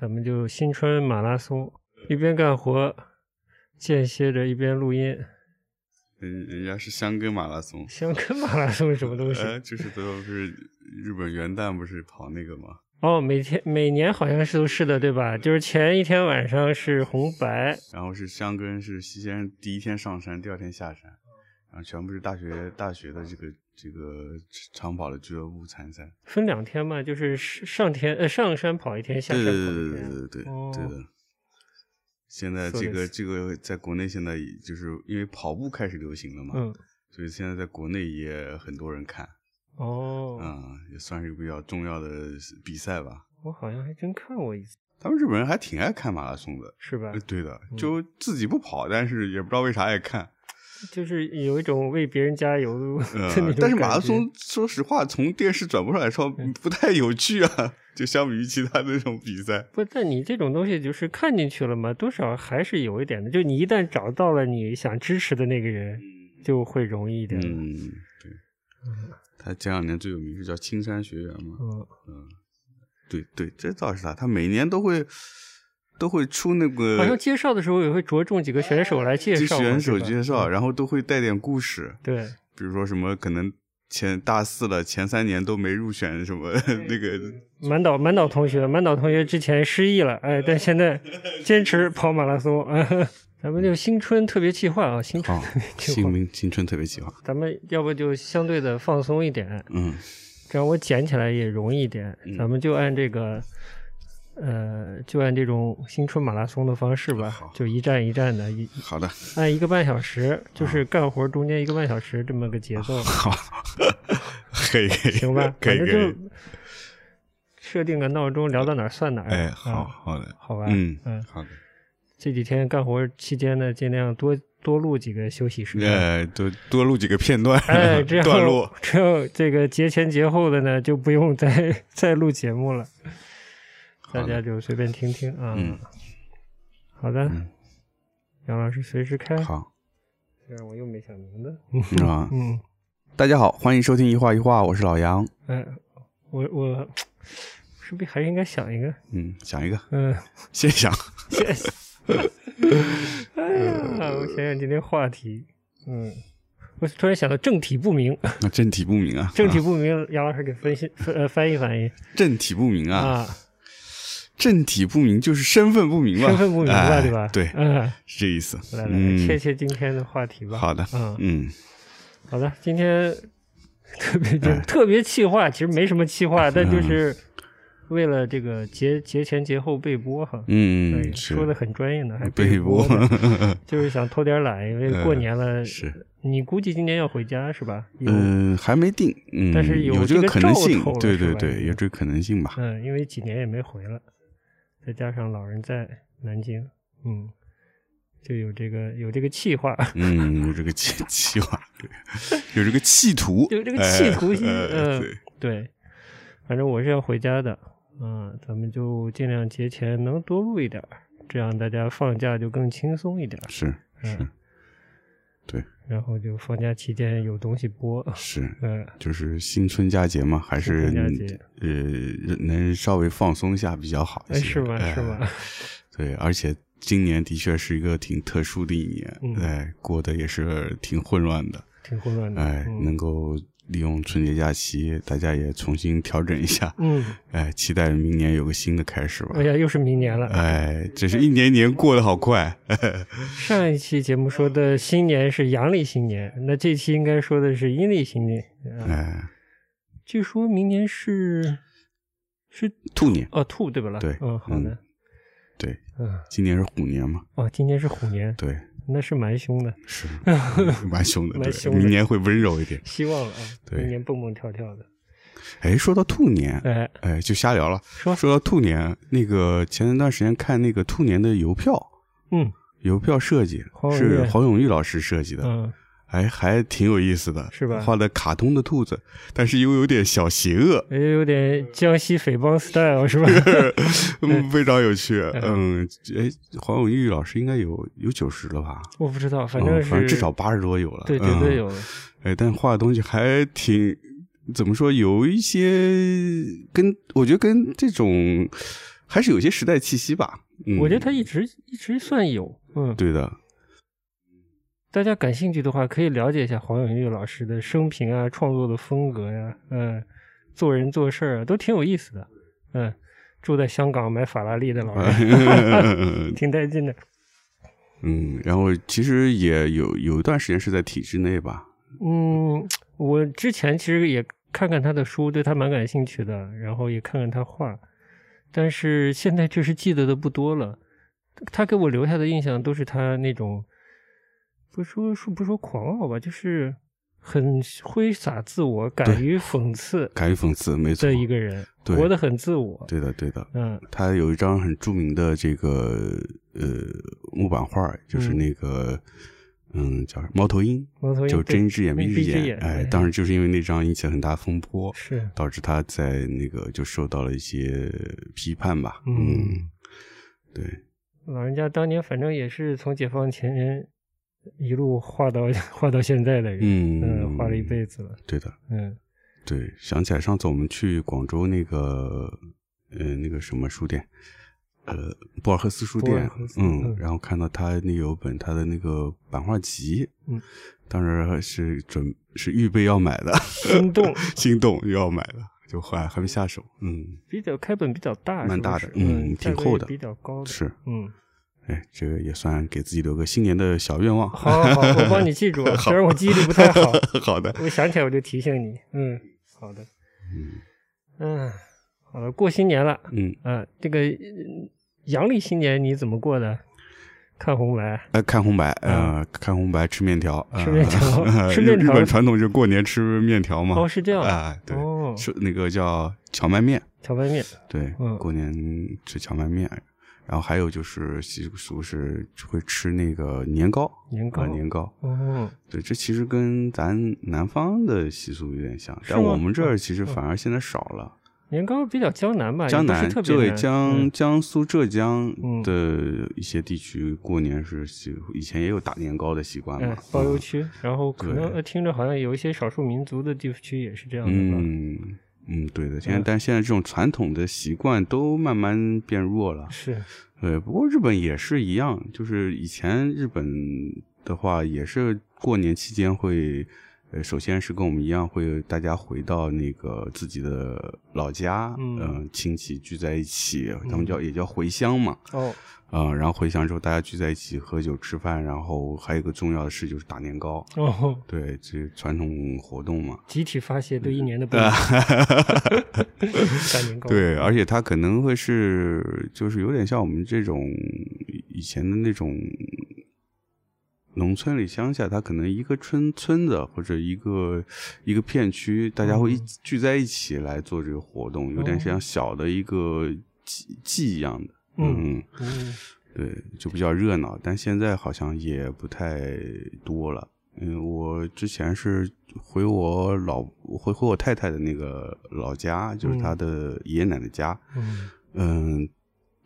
咱们就新春马拉松，一边干活，间歇着一边录音。人人家是香根马拉松，香根马拉松是什么东西？呃，就是都是日本元旦不是跑那个吗？哦，每天每年好像是都是的，对吧？就是前一天晚上是红白，然后是香根是先第一天上山，第二天下山，然后全部是大学大学的这个这个长跑的俱乐部参赛。分两天嘛，就是上天呃上山跑一天，下对山跑对一对天。对对对对哦对的。现在这そうで个す这个在国内现在就是因为跑步开始流行了嘛，嗯，所以现在在国内也很多人看，哦，嗯，也算是一个比较重要的比赛吧。我好像还真看过一次，他们日本人还挺爱看马拉松的，是吧呃？对的，嗯就自己不跑，但是也不知道为啥爱看。就是有一种为别人加油的 那种嗯，但是马感拉觉嗯松，说实话，从电视转播上来说，不太有趣啊。就相比于其他的那种比赛，不，但你这种东西就是看进去了嘛，多少还是有一点的。就你一旦找到了你想支持的那个人，就会容易一点了。嗯，对。他前两年最有名是叫青山学员嘛？嗯对对，这倒是他，啊他每年都会都会出那好像个介绍的时候也会着重几个选手来介就绍嘛，是选手吧嗯介绍，然后都会带点故事，对，比如说什么可能前大四了，前三年都没入选什么 那个满岛满岛同学，满岛同学之前失忆了，哎，但现 在坚持跑马拉松， 啊、咱们就新春特别计划啊，新春哦特别，计划，新新春特别喜欢，咱们要不就相对的放松一点，嗯，这样我捡起来也容易一点，咱们就按这个。呃，就按这种新春马拉松的方式吧好，就一站一站的，一好的，按一个半小时，就是干活中间一个半小时这么个节奏。好，可以可以， 行吧，可反以正可以，就设定个闹钟，聊到哪儿算哪儿。哎，啊好好的，好吧，嗯好的，这几天干活期间呢，尽量多多录几个休息时间。呃，多多录几个片段， 哎，这样段落，这样这个节前节后的呢，就不用再再录节目了，好大的家就随便听听啊。嗯好的嗯，杨老师随时开。好这样我又没想明白。啊，哎嗯，大家好，欢迎收听一画一画，我是老杨，哎，我我是不是还应该想一个？嗯，想一个，嗯。先想，谢谢。哎嗯呀，我想想今天话题，嗯，我突然想到正体不明，那正体不明啊，正体啊不明，杨老师给分析分呃翻译翻译正体不明啊，啊，正体不明就是身份不明嘛，身份不明哎了 对吧？对，嗯，是这意思，来来，切嗯，切今天的话题吧。好的，嗯，嗯，好的，今天特别哎就特别气话，其实没什么气话，嗯但就是为了这个节节前节后备播哈。对嗯，是说的很专业呢，还背播播， 呢， 就是想偷点懒，因为过嗯年了，是，你估计今年要回家是吧？有嗯，还没定，嗯，但是有有这个个可能兆性头了，对是对吧对，有这个可能性吧，嗯，因为几年也没回了，再加上老人在南京，嗯，就有这个有这个气划，嗯，有这个 计计划，有这个企图，有这个企图哎心，呃嗯，对对，反正我是要回家的，嗯，咱们就尽量节前能多录一点儿，这样大家放假就更轻松一点儿，是是嗯，对然后就放假期间有东西播， 是，嗯，就是新春佳节嘛，还是新春佳节呃能稍微放松一下比较好一哎些，是吗是吗哎？对，而且今年的确是一个挺特殊的一嗯年，哎，过得也是挺混乱的， 挺混乱的，哎，能嗯够利用春节假期，大家也重新调整一下，嗯，哎，期待明年有个新的开始吧哎。呀，又是明年了，哎，这是一年一年过得好快，哎上一期节目说的新年是阳历新年，那这期应该说的是阴历新年。啊、哎，据说明年是是兔年，哦兔对吧？啦对嗯，好的，对，嗯，今年是虎年嘛，哦，今年是虎年，对，那是蛮凶的， 是蛮凶的，蛮对，凶的明年会温柔一点。希望了啊，对明年蹦蹦跳跳的。哎，说到兔年，哎，哎，就瞎聊了。说说到兔年，那个前一段时间看那个兔年的邮票，嗯邮票设计黄永是玉黄永玉老师设计的，嗯，哎，还挺有意思的，是吧画的卡通的兔子，但是又有点小 邪恶，也哎有点江西匪 帮 style 是吧？嗯，非常有趣。嗯，哎，黄永玉老师应该有有九十了吧？我不知道，反嗯正是、反正至少八十多有了，对，绝对嗯有的。哎，但画的东西还挺怎么说，有一些跟我觉得跟这种还是有些时代气息吧。嗯，我觉得他一直一直算有，嗯，对的，大家感兴趣的话，可以了解一下黄永玉老师的生平啊、创作的风格呀、嗯，做人做事儿啊，都挺有意思的。嗯，住在香港买法拉利的老 师， 挺带劲的。嗯，然后其实也有有一段时间是在体制内吧。嗯，我之前其实也看看他的书，对他蛮感兴趣的，然后也看看他画，但是现在确实记得的不多了。他给我留下的印象都是他那种，不说说不说狂傲吧，就是很挥洒自我、敢于讽刺、敢于讽刺，没错的一个人，对活得很自我。对的，对的。嗯他有一张很著名的这个呃木板画儿，就是嗯那个嗯叫什么猫头鹰，猫头鹰就对睁一只眼闭闭一只一只眼哎，对当时就是因为那张引起了很大风波， 是导致他在那个就受到了一些批判吧。嗯嗯，对，老人家当年反正也是从解放前一路画到 画到现在的人，嗯呃画了一辈子了，对的， 嗯对。想起来上次我们去广州那个呃那个什么书店。呃，博尔赫斯书博尔店赫，斯嗯嗯，然后看到他那有本他的那个版画集，嗯，当时是准是预备要买的，心动 心动又要买的，就还还没下手，嗯，比较开本比较大，蛮是不大是的嗯价挺格厚也的比较高的，是，嗯，哎，这个也算给自己留个新年的小愿望。好好好，我帮你记住，啊 虽然我记忆力不太好， 好的，我想起来我就提醒你，嗯，好的，嗯，好了，过新年了，嗯，啊，这个呃阳历新年你怎么过的？看红白，呃，看红白，呃，看红白吃面条，呃嗯吃面条 吃面日日条本传统就过年吃面条嘛， 哦，是这样的，啊，对，哦，吃那个叫荞麦面，荞麦面，对嗯，过年吃荞麦面，然后还有就是习俗是会吃那个年糕，年糕啊，年糕，哦，对，这其实跟咱南方的习俗有点像，是但吗我们这儿嗯其实反而现在少了。年糕比较江南吧，江也不南是特别对南江嗯江苏浙江嗯的一些地区过年是习以前也有打年糕的习惯哎嘛，嗯包邮区，然后可能对呃听着好像有一些少数民族的地区也是这样的吧，嗯嗯对的，现在嗯但现在这种传统的习惯都慢慢变弱了。是，对，不过日本也是一样，就是以前日本的话也是过年期间会。呃，首先是跟我们一样，会大家回到那个自己的老家，嗯呃亲戚聚在一起，他嗯们叫、也叫回乡嘛，哦，呃，然后回乡之后大家聚在一起喝酒吃饭，然后还有一个重要的事就是打年糕，哦，对，这传统活动嘛。集体发泄对一年的不满，干年糕， 嗯对，而且它可能会是，就是有点像我们这种以前的那种农村里乡下，它可能一个村村子或者一个一个片区，大家会一嗯哦聚在一起来做这个活动，有点像小的一个祭祭一样的，嗯嗯嗯，对，就比较热闹，但现在好像也不太多了。嗯，我之前是回我老回回我太太的那个老家，就是嗯她的爷爷奶奶家。嗯嗯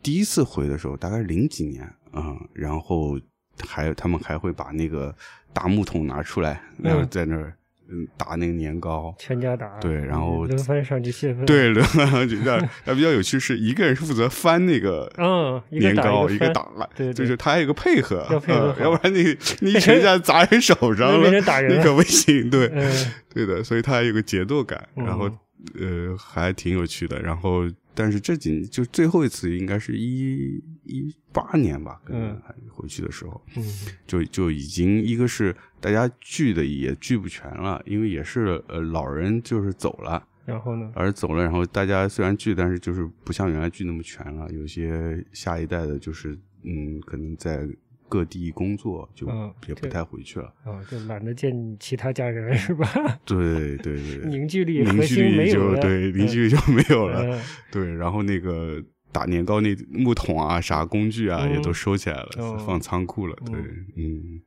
第一次回的时候大概是零几年啊、嗯然后还他们还会把那个大木桶拿出来，然后嗯 在那儿嗯打那个年糕。全家打，对然后轮番上去泄愤，，对， 轮番上去。但但比较有趣是，一个人是负责翻那个嗯，一个年打糕一一个个翻打，对对就是它还有个配合，要配合呃好要不然 你你一拳一下砸人手那上变了，成打人你了可不行，对、嗯对的，所以它还有个节奏感，然后、嗯呃还挺有趣的，然后但是这几就最后一次应该是一一八年吧，可能嗯还回去的时候，嗯，就就已经一个是大家聚的也聚不全了，因为也是呃老人就是走了。然后呢，而走了，然后大家虽然聚，但是就是不像原来聚那么全了。有些下一代的，就是嗯，可能在各地工作，就嗯也不对太回去了。啊，就懒得见其他家人是吧？对对对对， 凝聚力，凝核聚心没力有就了，对凝嗯聚力就没有了。嗯 对，然后那个打年糕那木桶啊、啥工具啊，也都嗯收起来了，哦放仓库了。对，嗯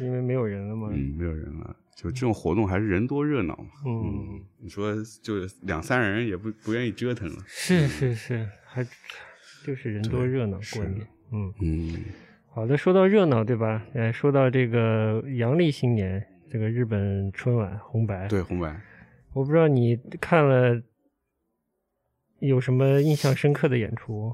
因为没有人了嘛，嗯，没有人了。就这种活动还是人多热闹嘛。嗯。，你说就是两三人也不不愿意折腾了。是是是，还就是人多对热闹是过年。嗯，嗯好的，说到热闹，对吧？呃，说到这个阳历新年，这个日本春晚红白，，对，红白。我不知道你看了有什么印象深刻的演出？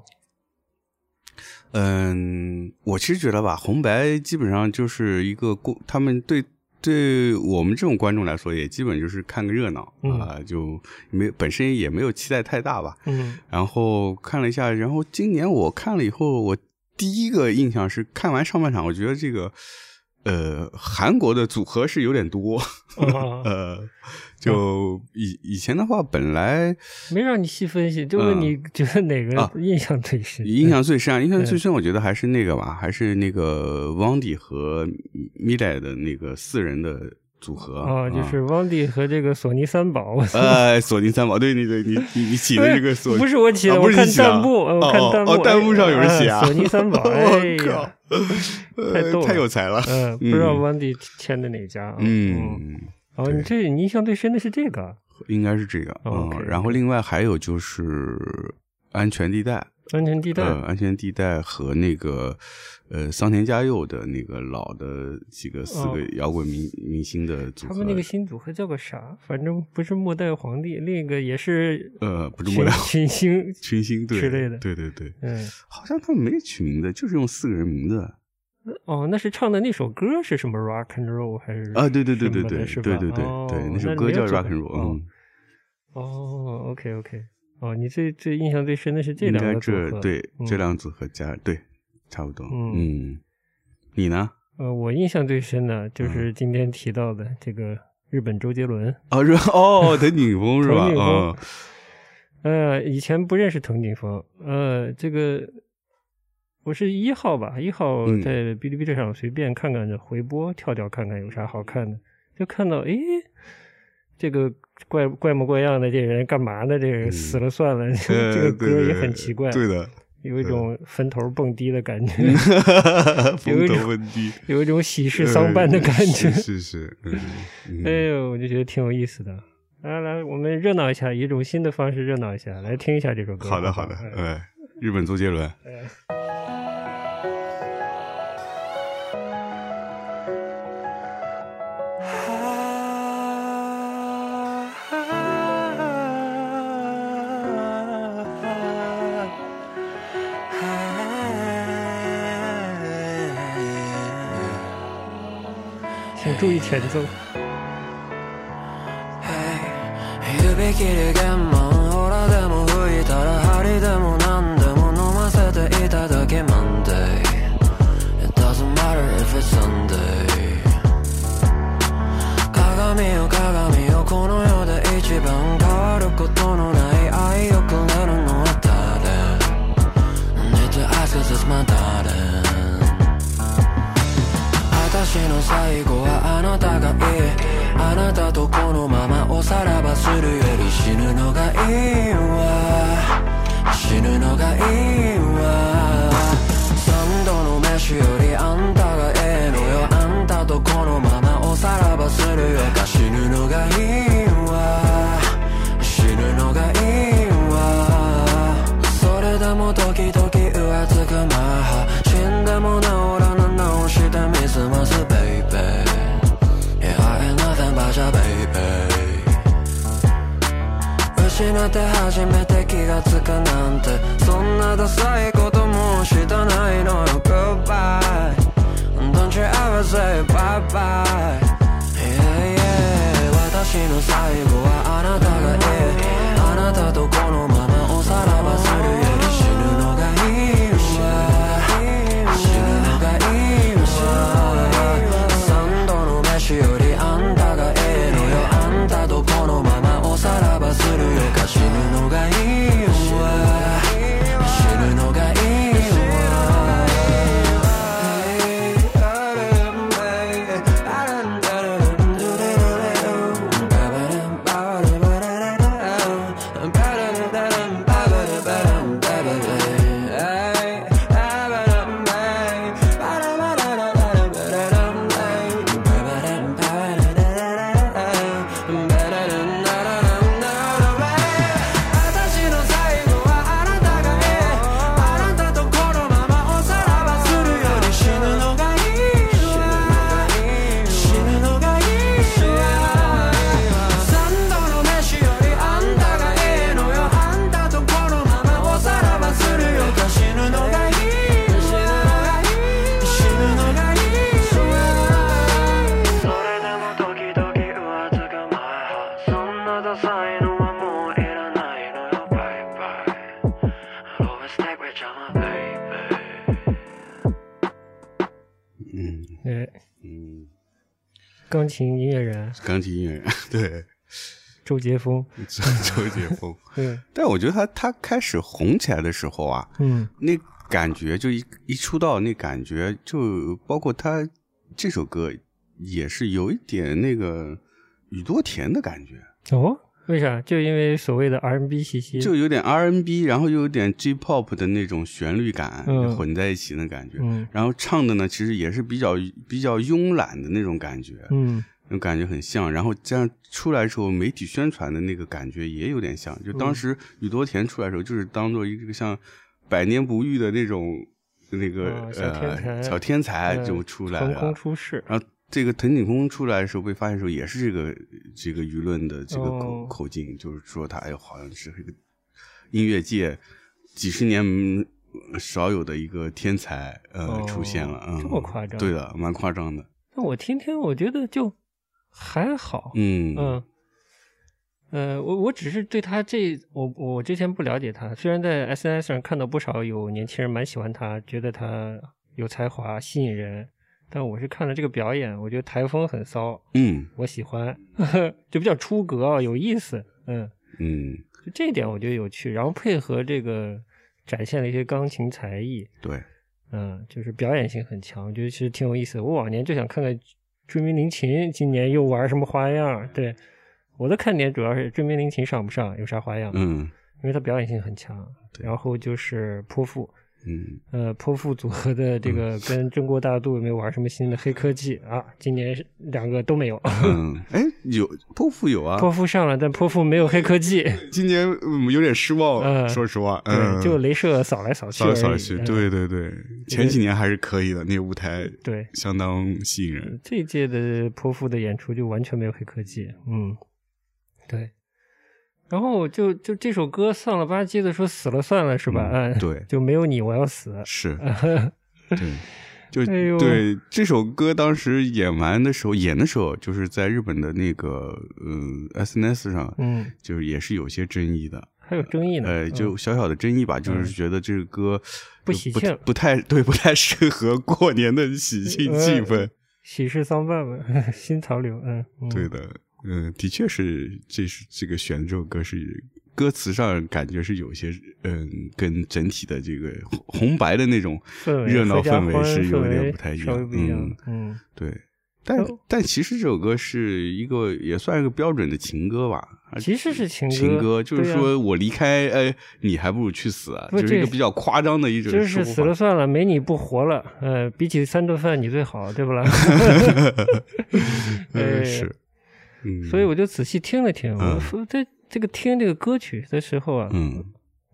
嗯，我其实觉得吧，红白基本上就是一个过，他们对对我们这种观众来说，也基本就是看个热闹啊、嗯就没本身也没有期待太大吧。嗯 然后看了一下，然后今年我看了以后，我第一个印象是看完上半场，我觉得这个呃韩国的组合是有点多，，啊 呃，就以以前的话，本来没让你细分析，就问你觉得哪嗯啊个印象最深？印象最深啊，印象最深，我觉得还是那个吧，还是那个汪迪和米莱的那个四人的组合啊，就啊是汪迪和这个索尼三宝。我操呃，索尼三宝，对，你对你你你 起的这个索不是我起的，啊我不是看你起的啊弹幕，呃我看哦弹幕，哦，弹幕上有人哎写啊，哎索尼三 宝，哎我靠呀，，太呃逗了太有才了，嗯，不知道汪迪签的哪家啊？嗯，嗯，哦，你这你印象最深的是这个应该是这个，哦嗯， ，OK，然后另外还有就是安全地带，安全地带呃，安全地带和那个呃桑田佳佑的那个老的几个四哦个摇滚明、明星的组他合，们那个新组合叫个啥？反正不是末代皇帝，另一个也是呃不是群末代群星，群星队之类的对对对，嗯，好像他们没取名字，就是用四个人名字啊哦，那是唱的那首歌是什么 rock and roll 还是啊，对对对对什么对的对是对吧对对哦对，那首你歌没叫有哦 Rock 这 and 个 Roll，嗯，哦，OK OK，哦，你最最印象最深的是这应两该个组这合，对嗯这两组合加对差不多，嗯嗯，你呢？呃，我印象最深的嗯就是今天提到的这个日本周杰伦，哦，是吧 哦，藤井风是吧？藤井风嗯呃，以前不认识藤井风，呃，这个我是一号吧，一号嗯在哔哩哔哩上随便看看回播，跳跳看看有啥好看的，就看到诶，这个怪怪模怪样的这人干嘛呢？这人死了算了， 呃这个嗯对歌也对很奇怪，对的，嗯有一种坟头蹦迪的感觉， 有风一种头问题，有一种喜哎事丧办的感觉。呃是是是，嗯， 哎嗯呦，我就觉得挺有意思的。来来，我们热闹一下，以一种新的方式热闹一下，来听一下这首歌。好的好不的，哎哎，日本周杰伦，Ah, ah, ah, 请注意前奏。指切る玄満オラでも吹いたら針でも何でも飲ませていただけ Monday It doesn't matter if it's Sunday 鏡よ鏡よこの世で一番変わることのない愛をくれるのは誰 Need to ask is this my darling 私の最後はあなたがいいあなたとこのままおさらばするより死ぬのがいいわ死ぬのがいいわ三度の飯よりあんたがええのよあんたとこのままおさらばするより死ぬのがいいわ死ぬのがいいわそれでも時々浮つくマハ死んでも治らぬ直してみすます baby Yeah I ain't nothing but your baby 失って初めて気がつくなんてそんなダサいこともうしたないのよ Goodbye Don't you ever say bye bye Yeah yeah 私の最後はあなたがいいあなたとこのままおさらばするより死ぬのがいいわ死ぬのがいいわ三度の飯よりあんたがええのよあんたとこのままおさらばするよか死ぬのがいいわ死ぬのがいい邪魔ベイベー嗯哎，嗯，钢琴音乐人钢琴音乐人，对，周杰峰，周周 杰峰。嗯但我觉得他他开始红起来的时候啊，嗯那感觉就一一出道那感觉，就包括他这首歌也是有一点那个宇多田的感觉，哦，为啥？就因为所谓的 R&B 气息，就有点 R&B，然后又有点 J-pop 的那种旋律感、嗯混在一起的感觉。嗯然后唱的呢，其实也是比较比较慵懒的那种感觉，嗯那种感觉很像。然后这样出来的时候，媒体宣传的那个感觉也有点像。就嗯当时宇多田出来的时候，就是当做一个像百年不遇的那种那个、啊小天才呃小天才嗯就出来横了空。出世，然后这个藤井空出来的时候被发现的时候，也是这个这个舆论的这个口、哦口径，就是说他哎呦好像是一个音乐界几十年少有的一个天才，呃，哦出现了，嗯，这么夸张对的，蛮夸张的，那我听听，我觉得就还好，嗯嗯，呃，我我只是对他这，我我之前不了解他，虽然在 S N S 上看到不少有年轻人蛮喜欢他，觉得他有才华，吸引人，但我是看了这个表演，我觉得台风很骚，嗯我喜欢， 就比较出格啊，有意思，嗯，嗯，就这一点我觉得有趣，然后配合这个展现了一些钢琴才艺，对，嗯，就是表演性很强，我觉得其实挺有意思的。我往年就想看看追名林琴，今年又玩什么花样？对，我的看点主要是追名林琴上不上，有啥花样？，嗯因为他表演性很强。对然后就是泼妇，嗯呃，泼妇组合的这个跟中国大陆有没有玩什么新的黑科技啊？今年是两个都没有， 嗯，哎，有泼妇有啊，泼妇上了，但泼妇没有黑科技，今年嗯有点失望，嗯说实话，嗯，对，就镭射扫来扫去扫而来已，扫去，嗯对对对，前几年还是可以的，那个舞台对。相当吸引人，这一届的泼妇的演出就完全没有黑科技，嗯，对。然后就就这首歌丧了吧唧的说死了算了是吧？嗯嗯，对就没有你我要死。 是，嗯对，就、哎呦对这首歌当时演完的时候，演的时候就是在日本的那个呃 SNS 上，嗯，就是也是有些争议的，还有争议呢。呃，嗯就小小的争议吧，就是觉得这个歌不就喜不庆嗯不太对，不太适合过年的喜庆气氛。喜事丧办吧， 新潮流。嗯，嗯对的，嗯，的确是，这是这个选的这首歌是。歌词上感觉是有些，嗯，跟整体的这个红红白的那种氛围热闹合家氛围欢是有氛点围不太一稍微样，不一嗯样。嗯，对，但哦但其实这首歌是一个也算是个标准的情歌吧，啊其实是情歌，情歌，就是对啊说我离开，呃，你还不如去死啊，不就是一这个比较夸张的一种就说是法死 了算了，没你不活了。呃，比起三顿饭，你最好，对不啦？ 嗯哎是，嗯，所以我就仔细听了听，嗯我说在这个听这个歌曲的时候啊，嗯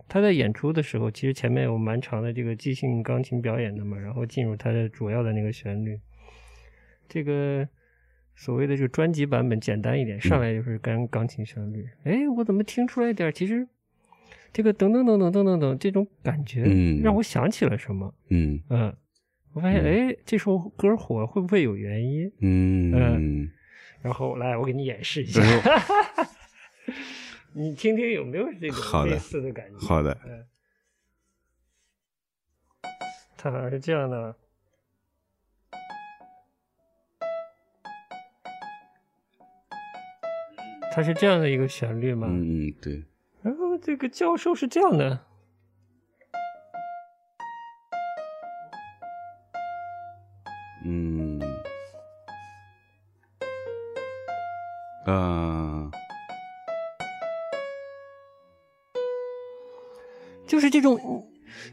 他在演出的时候，其实前面有蛮长的这个即兴钢琴表演的嘛，然后进入他的主要的那个旋律。这个所谓的这个专辑版本简单一点，上来就是钢钢琴旋律。哎，我怎么听出来一点？其实这个等等等等等等等这种感觉嗯，让我想起了什么。嗯嗯，我发现嗯哎，这首歌火会不会有原因？嗯嗯嗯然后来，我给你演示一下， 你听听有没有这好种的类似的感觉？好的，嗯，它好像是这样的，它是这样的一个旋律嘛，嗯嗯对，然后这个教授是这样的，嗯，呃，就是这种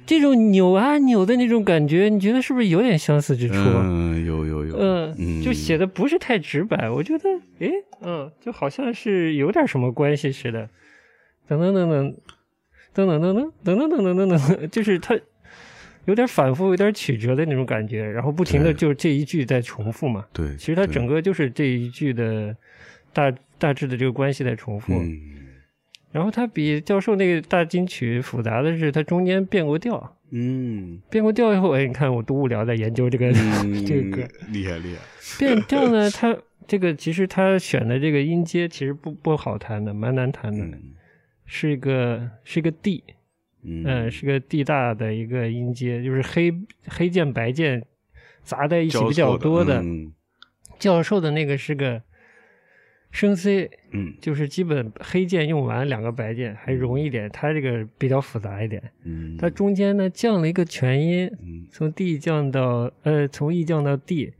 这种扭啊扭的那种感觉，你觉得是不是有点相似之处？嗯，有有有，嗯，啊就写的不是太直白，我觉得，诶，嗯，就好像是有点什么关系似的，等等等等，等等等等等等等等等等，就是他有点反复，有点曲折的那种感觉，然后不停的对就是这一句在重复嘛。对，其实它对整个就是这一句的大大致的这个关系在重复。啊嗯然后它比教授那个大金曲复杂的是，它中间变过调，嗯。变过调以后，哎，你看我多无聊，在研究这个、 这个歌。嗯厉害厉害， 变调呢，它这个其实他选的这个音阶其实不不好弹的，蛮难弹的，嗯是一个是一个 D，嗯嗯，是个 D 大的一个音阶，就是黑黑键白键杂在一起交比较错多的。嗯教授的那个是个升 C，嗯就是基本黑键用完两个白键还容易一点，它这个比较复杂一点。嗯，它中间呢降了一个全音，嗯从 D 降到呃从 E 降到 D，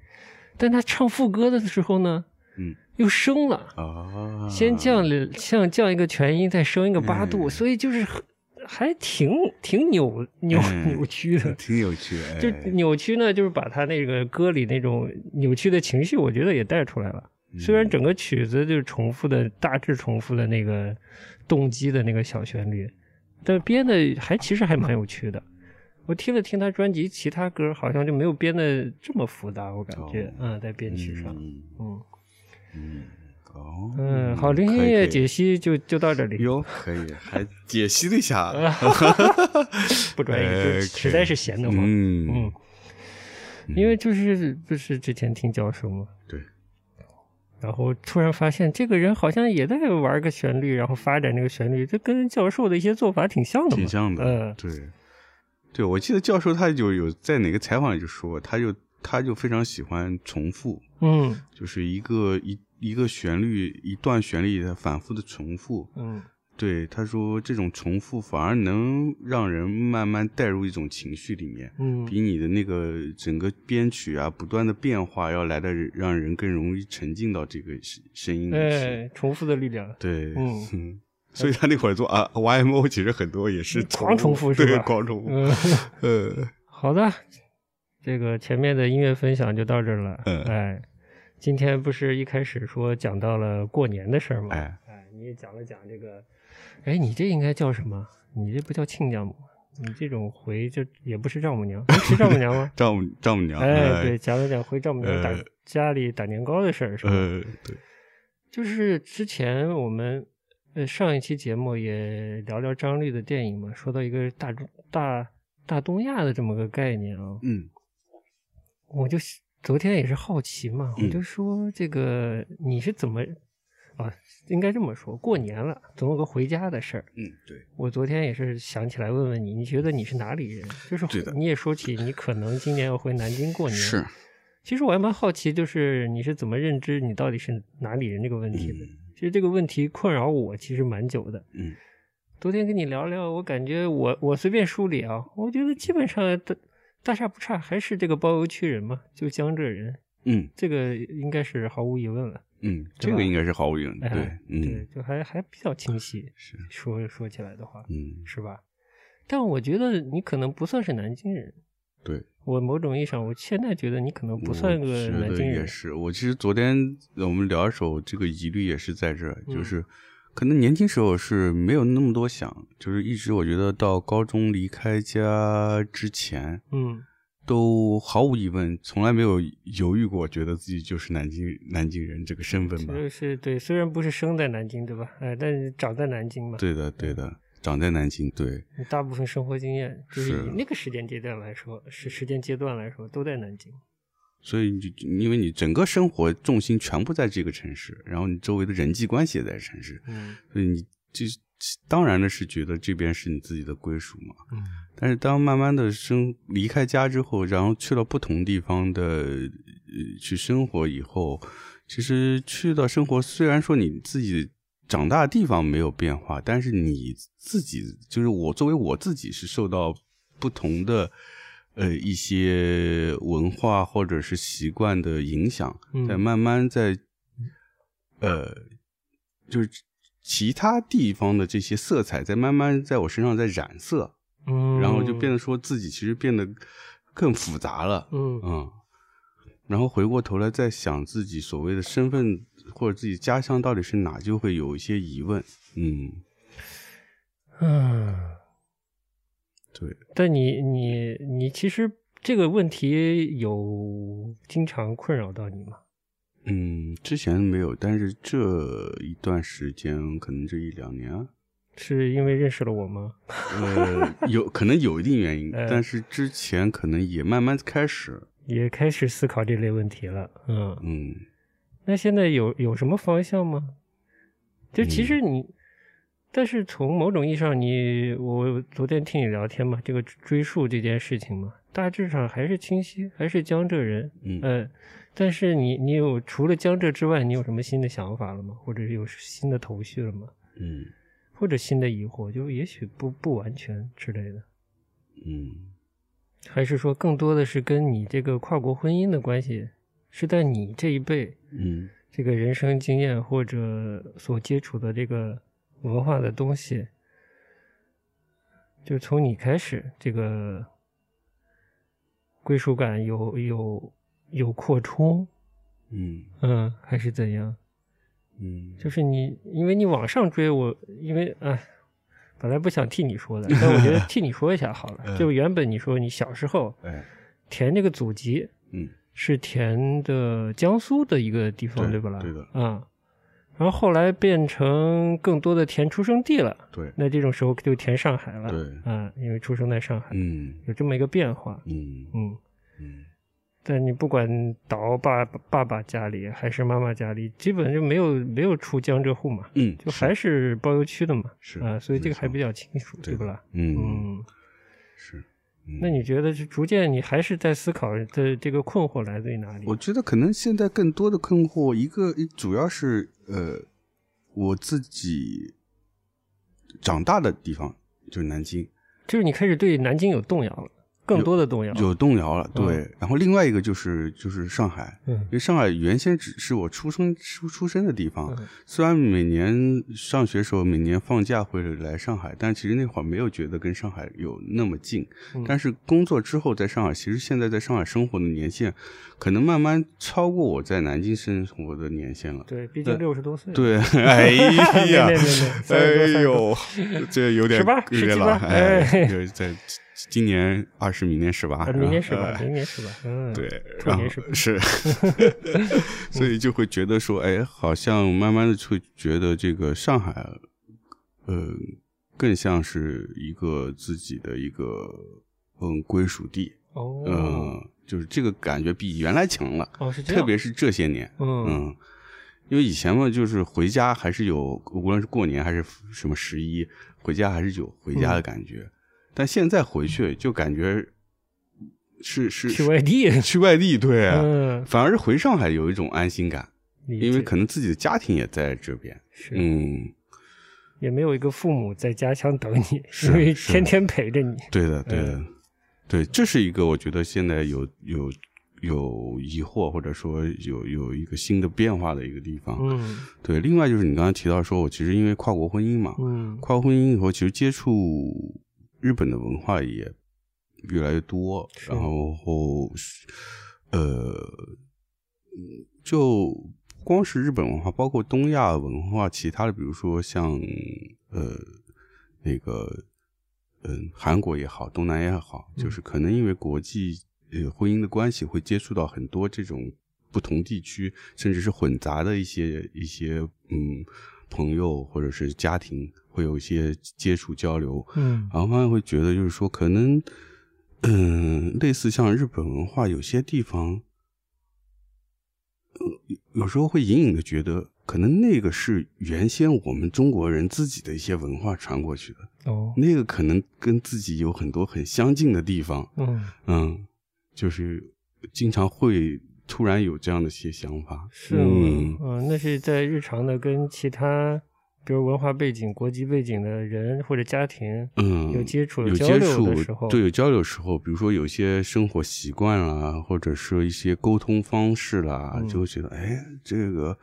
但他唱副歌的时候呢嗯又升了。啊，先降了，像降一个全音，再升一个八度，嗯所以就是很还挺挺扭扭嗯扭曲的。 挺有趣，哎就扭曲呢，就是把他那个歌里那种扭曲的情绪，我觉得也带出来了。虽然整嗯个曲子就是重复的，大致重复的那个动机的那个小旋律，但编的还其实还蛮有趣的。我听了听他专辑其他歌，好像就没有编的这么复杂，我感觉啊、哦嗯在编曲上，嗯嗯嗯哦嗯，好，流行可以音乐可以解析啊就就到这里。哟，可以，还解析了 一下，不专业，就呃实在是闲得慌。嗯嗯，因为就是不是之前听教授嘛，对，然后突然发现这个人好像也在玩个旋律，然后发展这个旋律，这跟教授的一些做法挺像的嘛，挺像的，嗯对，对，我记得教授他就有在哪个采访里就说过，他就他就非常喜欢重复，嗯就是一个一一个旋律一段旋律的反复的重复，嗯对，他说这种重复反而能让人慢慢带入一种情绪里面，嗯比你的那个整个编曲啊不断的变化要来的让人更容易沉浸到这个声声音里去，哎，重复的力量，对，嗯嗯。 所以他那会儿做啊 YMO，其实很多也是 狂重复是对，吧狂重复，嗯，呃，好的，这个前面的音乐分享就到这儿了，嗯哎。今天不是一开始说讲到了过年的事儿吗？哎，？哎，你也讲了讲这个，哎，你这应该叫什么？你这不叫亲家母，你这种回就也不是丈母娘，哎是丈母娘吗丈母 丈母娘，哎，对，，讲了讲回丈母娘打、呃家里打年糕的事儿是吧？呃，对，就是之前我们呃上一期节目也聊聊张律的电影嘛，说到一个大中大大东亚的这么个概念啊，嗯我就昨天也是好奇嘛，嗯我就说这个你是怎么啊？应该这么说，过年了总有个回家的事儿。嗯，对，我昨天也是想起来问问你，你觉得你是哪里人？就是对的你也说起你可能今年要回南京过年。是，，其实我还蛮好奇，就是你是怎么认知你到底是哪里人这个问题的？嗯其实这个问题困扰我其实蛮久的。嗯昨天跟你聊聊，我感觉我我随便梳理啊，我觉得基本上大大差不差，还是这个包邮区人嘛，就江浙人，嗯这个应该是毫无疑问了。嗯，对这吧个应该是毫无疑问，哎对，对嗯，就还还比较清晰。是，说说起来的话，嗯是吧？但我觉得你可能不算是南京人。对，我某种意义上，我现在觉得你可能不我算个觉南得京也人。是，我其实昨天呃我们聊的时候，这个疑虑也是在这儿，嗯就是。可能年轻时候是没有那么多想，就是一直我觉得到高中离开家之前，嗯都毫无疑问从来没有犹豫过，觉得自己就是南京南京人这个身份这吧。就是对，虽然不是生在南京，对吧？哎，但是长在南京嘛，对的，对的，长在南京，对，你大部分生活经验就是是以那个时间阶段来说，是时间阶段来说都在南京。所以你就因为你整个生活重心全部在这个城市，然后你周围的人际关系也在城市，嗯所以你这当然的是觉得这边是你自己的归属嘛。嗯但是当慢慢的生离开家之后，然后去了不同地方的呃去生活以后，其实去到生活，虽然说你自己长大的地方没有变化，但是你自己就是我作为我自己是受到不同的呃一些文化或者是习惯的影响，嗯在慢慢在呃就是其他地方的这些色彩在慢慢在我身上在染色。嗯，然后就变得说自己其实变得更复杂了，嗯嗯，然后回过头来再想自己所谓的身份或者自己家乡到底是哪，就会有一些疑问，嗯，嗯。对，但你你你其实这个问题有经常困扰到你吗？嗯，之前没有，但是这一段时间，可能这一两年啊，是因为认识了我吗？ 呃，有可能有一定原因，哎但是之前可能也慢慢开始，也开始思考这类问题了。嗯，嗯，那现在有有什么方向吗？就其实你、但是从某种意义上你，我昨天听你聊天嘛，这个追溯这件事情嘛，大致上还是清晰，还是江浙人，嗯呃，但是你你有除了江浙之外，你有什么新的想法了吗？或者是有新的头绪了吗？嗯或者新的疑惑，就也许不不完全之类的，嗯还是说更多的是跟你这个跨国婚姻的关系，是在你这一辈嗯这个人生经验或者所接触的这个文化的东西，就从你开始，这个归属感有有有扩充，嗯嗯，还是怎样？嗯，就是你，因为你往上追我，因为哎，本来不想替你 说的，但我觉得替你说一下好了。嗯就原本你说你小时候哎，填这个祖籍嗯是填的江苏的一个地方，对不啦？对的啊。然后后来变成更多的填出生地了，对，那这种时候就填上海了，对啊，因为出生在上海，嗯有这么一个变化，嗯嗯。嗯但你不管倒爸爸爸家里还是妈妈家里，基本就没有没有出江浙沪嘛，嗯，就还是包邮区的嘛，是啊，所以这个还比较较清楚，对对不啦？嗯嗯，是，嗯那你觉得是逐渐你还是在思考的这个困惑来自于哪里？我觉得可能现在更多的困惑，一个一主要是呃，我自己长大的地方就是南京，就是你开始对南京有动摇了，更多的动摇，有动摇了，对。哦然后另外一个就是就是上海，嗯因为上海原先只是我出生出出生的地方嗯，虽然每年上学时候每年放假会来上海，但其实那会儿没有觉得跟上海有那么近嗯。但是工作之后在上海，其实现在在上海生活的年限，可能慢慢超过我在南京生活的年限了。对，毕竟六十多岁了，对， 哎呀 没没没没三十，多哎 呦，这有点18有点17老，吧哎哎，就是在今年二十，明年十八啊，，明年是是吧吧？哎明年是吧？嗯，对，兔然后年是吧是， 所以就会觉得说，哎，好像慢慢的会觉得这个上海，呃，更像是一个自己的一个嗯归属地，嗯、哦，就是这个感觉比原来强了，哦，是这样，特别是这些年，嗯嗯，因为以前嘛，就是回家还是有，无论是过年还是什么十一，回家还是有回家的感觉。但现在回去就感觉是是去外地，去外地，对、嗯，反而是回上海有一种安心感，理解因为可能自己的家庭也在这边。是嗯，也没有一个父母在家乡等你，是因为是天天陪着你，对的，对的，对，这是一个我觉得现在有有有疑惑或者说有有一个新的变化的一个地方。嗯对，另外就是你刚才提到说，我其实因为跨国婚姻嘛，嗯跨国婚姻以后，其实接触日本的文化也越来越多，是然后呃，嗯就不光是日本文化，包括东亚文化，其他的，比如说像呃那个嗯、韩国也好，东南亚也好，嗯就是可能因为国际呃婚姻的关系，会接触到很多这种不同地区，甚至是混杂的一些一些嗯朋友或者是家庭，会有一些接触交流。嗯然后慢慢会觉得，就是说，可能，嗯、类似像日本文化，有些地方，呃有时候会隐隐的觉得，可能那个是原先我们中国人自己的一些文化传过去的，哦那个可能跟自己有很多很相近的地方，嗯嗯，就是经常会突然有这样的一些想法，是吗嗯，嗯，那是在日常的跟其他，比如文化背景、国籍背景的人或者家庭，嗯，有接触、有交接流触的时候，对，有交流的时候，比如说有些生活习惯啦，或者是一些沟通方式啦，嗯就会觉得，哎，这个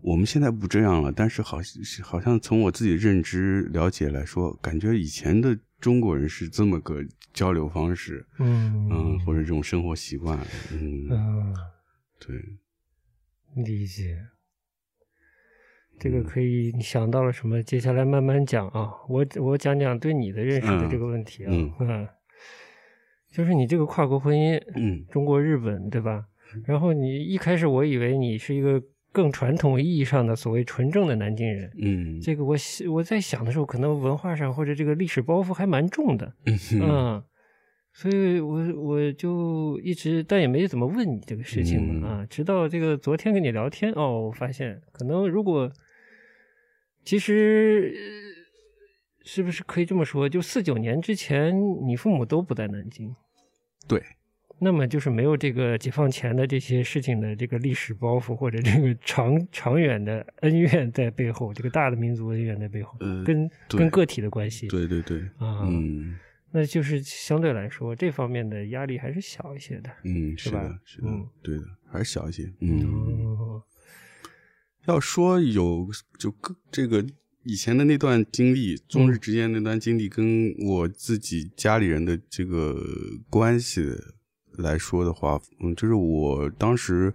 我们现在不这样了，但是好像好像从我自己认知了解来说，感觉以前的中国人是这么个交流方式，嗯嗯，或者这种生活习惯，嗯，嗯，对，理解。这嗯个可以，你想到了什么？接下来慢慢讲啊。我我讲讲对你的认识的嗯这个问题啊，嗯就是你这个跨国婚姻，嗯中国、日本，对吧？然后你一开始我以为你是一个更传统意义上的所谓纯正的南京人，嗯这个我想我在想的时候，可能文化上或者这个历史包袱还蛮重的，嗯嗯，所以我我就一直但也没怎么问你这个事情嘛、嗯啊，直到这个昨天跟你聊天哦，我发现可能如果其实、呃是不是可以这么说？就四九年之前，你父母都不在南京，对，那么就是没有这个解放前的这些事情的这个历史包袱，或者这个长长远的恩怨在背后，这个大的民族恩怨在背后，呃跟对跟个体的关系，对对对，啊，嗯那就是相对来说这方面的压力还是小一些的。嗯，是是吧的，是的嗯，对的，还是小一些，嗯。哦，要说有就个这个以前的那段经历，中日之间那段经历，跟我自己家里人的这个关系来说的话，嗯，就是我当时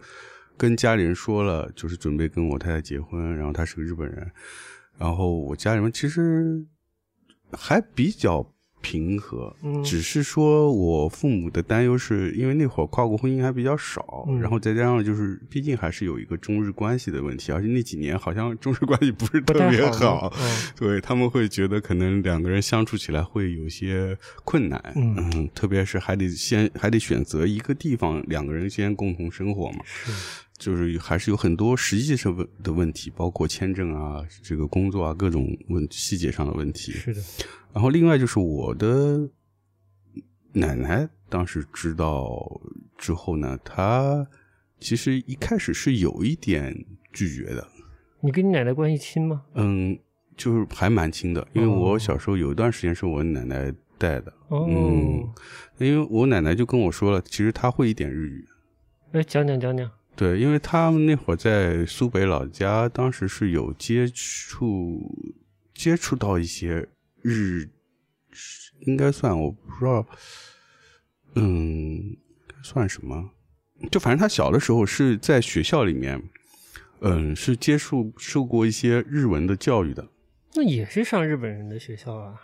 跟家里人说了，就是准备跟我太太结婚，然后她是个日本人，然后我家里面其实还比较。平和嗯，只是说我父母的担忧是因为那会儿跨国婚姻还比较少，嗯然后再加上就是，毕竟还是有一个中日关系的问题，而且那几年好像中日关系不是不特太别好好，呢，嗯对他们会觉得可能两个人相处起来会有些困难，嗯特别是还得先还得选择一个地方，两个人先共同生活嘛，是，就是还是有很多实际上问的问题，包括签证啊、这个工作啊各种问细节上的问题，是的，然后另外就是我的奶奶当时知道之后呢，她其实一开始是有一点拒绝的，你跟你奶奶关系亲吗？嗯，就是还蛮亲的，因为我小时候有一段时间是我奶奶带的，哦，嗯因为我奶奶就跟我说了，其实她会一点日语。哎，讲讲讲讲，对，因为他们那会儿在苏北老家，当时是有接触接触到一些日，应该算我不知道，嗯，算什么？就反正他小的时候是在学校里面，嗯，是接触受过一些日文的教育的。那也是上日本人的学校啊，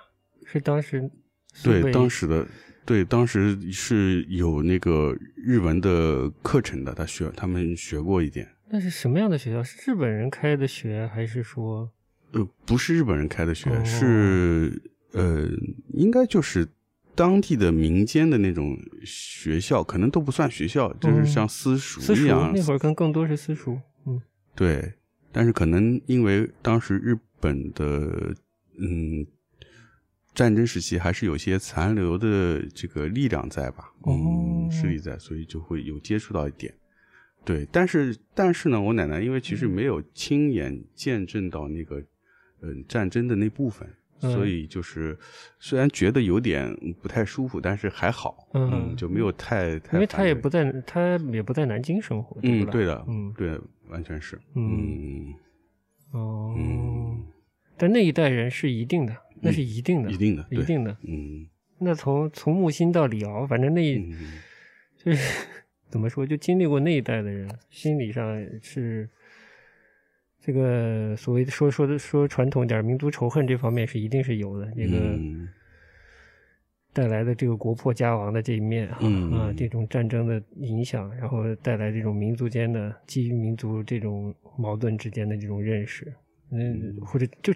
是当时苏对，北当时的对，当时是有那个日文的课程的，他学他们学过一点。那是什么样的学校？是日本人开的学，还是说呃，不是日本人开的学，哦是呃，应该就是当地的民间的那种学校，可能都不算学校，就是嗯像私塾私塾一样。那会儿，更更多是私塾，嗯，对，但是可能因为当时日本的嗯战争时期还是有些残留的这个力量在吧，哦嗯，势力在，所以就会有接触到一点。对，但是但是呢，我奶奶因为其嗯实没有亲眼见证到那个嗯、战争的那部分。嗯所以就是，虽然觉得有点不太舒服，但是还好，嗯嗯，就没有太太反对。因为他也不在，他也不在南京生活，嗯，吧对的，嗯对，完全是，嗯嗯哦，嗯但那一代人是一定的，那是一定的，一定的，一对，定的。嗯那从从木心到李敖，反正那一嗯就是怎么说，就经历过那一代的人，心理上是这个所谓的说说的说传统一点，民族仇恨这方面是一定是有的，这个嗯带来的这个国破家亡的这一面啊，嗯啊这种战争的影响，然后带来这种民族间的基于民族这种矛盾之间的这种认识，嗯，或者就。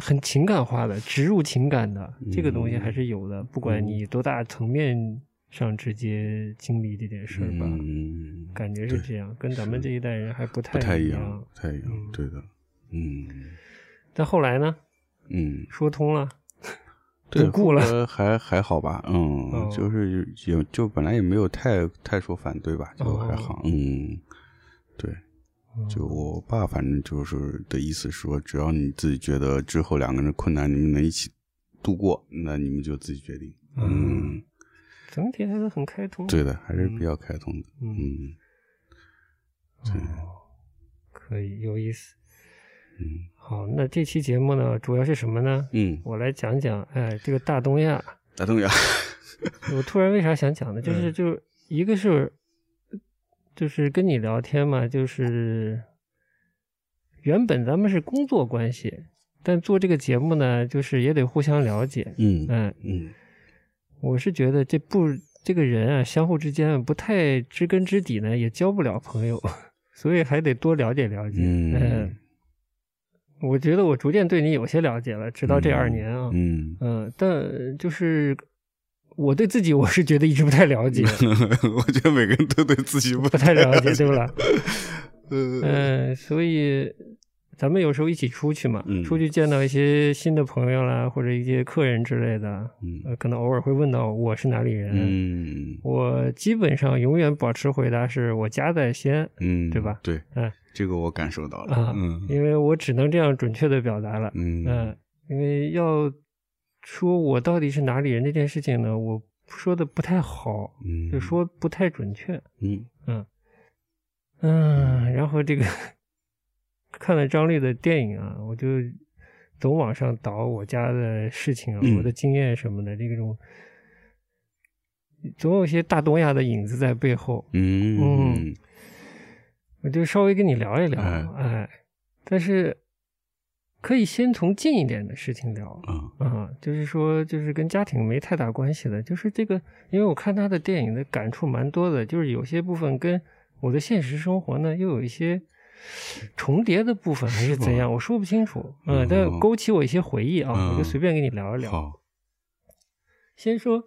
很情感化的，植入情感的、这个东西嗯还是有的，不管你多大层面上直接经历这件事儿吧，嗯，感觉是对这样，跟咱们这一代人还不不太太一样样。，不太一嗯样，对的，嗯但后来呢，嗯，说通了，对，不顾了后来还还好吧，哦嗯，就是也就本来也没有太太说反对吧，就哦还好，嗯，对，嗯就我爸反正就是的意思说，只要你自己觉得之后两个人的困难你们能一起度过，那你们就自己决定，嗯嗯，整体还是很开通。对的，还是比较开通的，嗯，嗯哦可以，有意思。嗯好，那这期节目呢，主要是什么呢？嗯，我来讲讲，哎，这个大东亚，大东亚，我突然为啥想讲呢？就是，就是一个是，就是跟你聊天嘛，就是原本咱们是工作关系，但做这个节目呢，就是也得互相了解。嗯嗯，嗯我是觉得这不这个人啊，相互之间不太知根知底呢，也交不了朋友， 所以还得多了解了解。嗯我觉得我逐渐对你有些了解了，直到这二年啊，嗯，嗯但就是我对自己，我是觉得一直不太了解，嗯 我觉得每个人 都对自己不不太了解，对不啦？呃，嗯嗯，所以咱们有时候一起出去嘛，嗯出去见到一些新的朋友啦，或者一些客人之类的，嗯呃，可能偶尔会问到我是哪里人。嗯我基本上永远保持回答是我家在西安，嗯，对吧？对，哎这个我感受到了。啊嗯因为我只能这样准确的表达了。嗯嗯，因为要说我到底是哪里人这件事情呢，我说的不太好，嗯，就说不太准确。嗯嗯，然后这个看了张律的电影啊，我就总往上倒我家的事情啊，嗯我的经验什么的，这种总有一些大东亚的影子在背后。嗯嗯我就稍微跟你聊一聊，哎哎，但是可以先从近一点的事情聊啊啊、就是说，就是跟家庭没太大关系的，就是这个，因为我看他的电影的感触蛮多的，就是有些部分跟我的现实生活呢又有一些重叠的部分，还是吗怎样，我说不清楚，嗯、哦但勾起我一些回忆啊，嗯我就随便跟你聊一聊。好先说，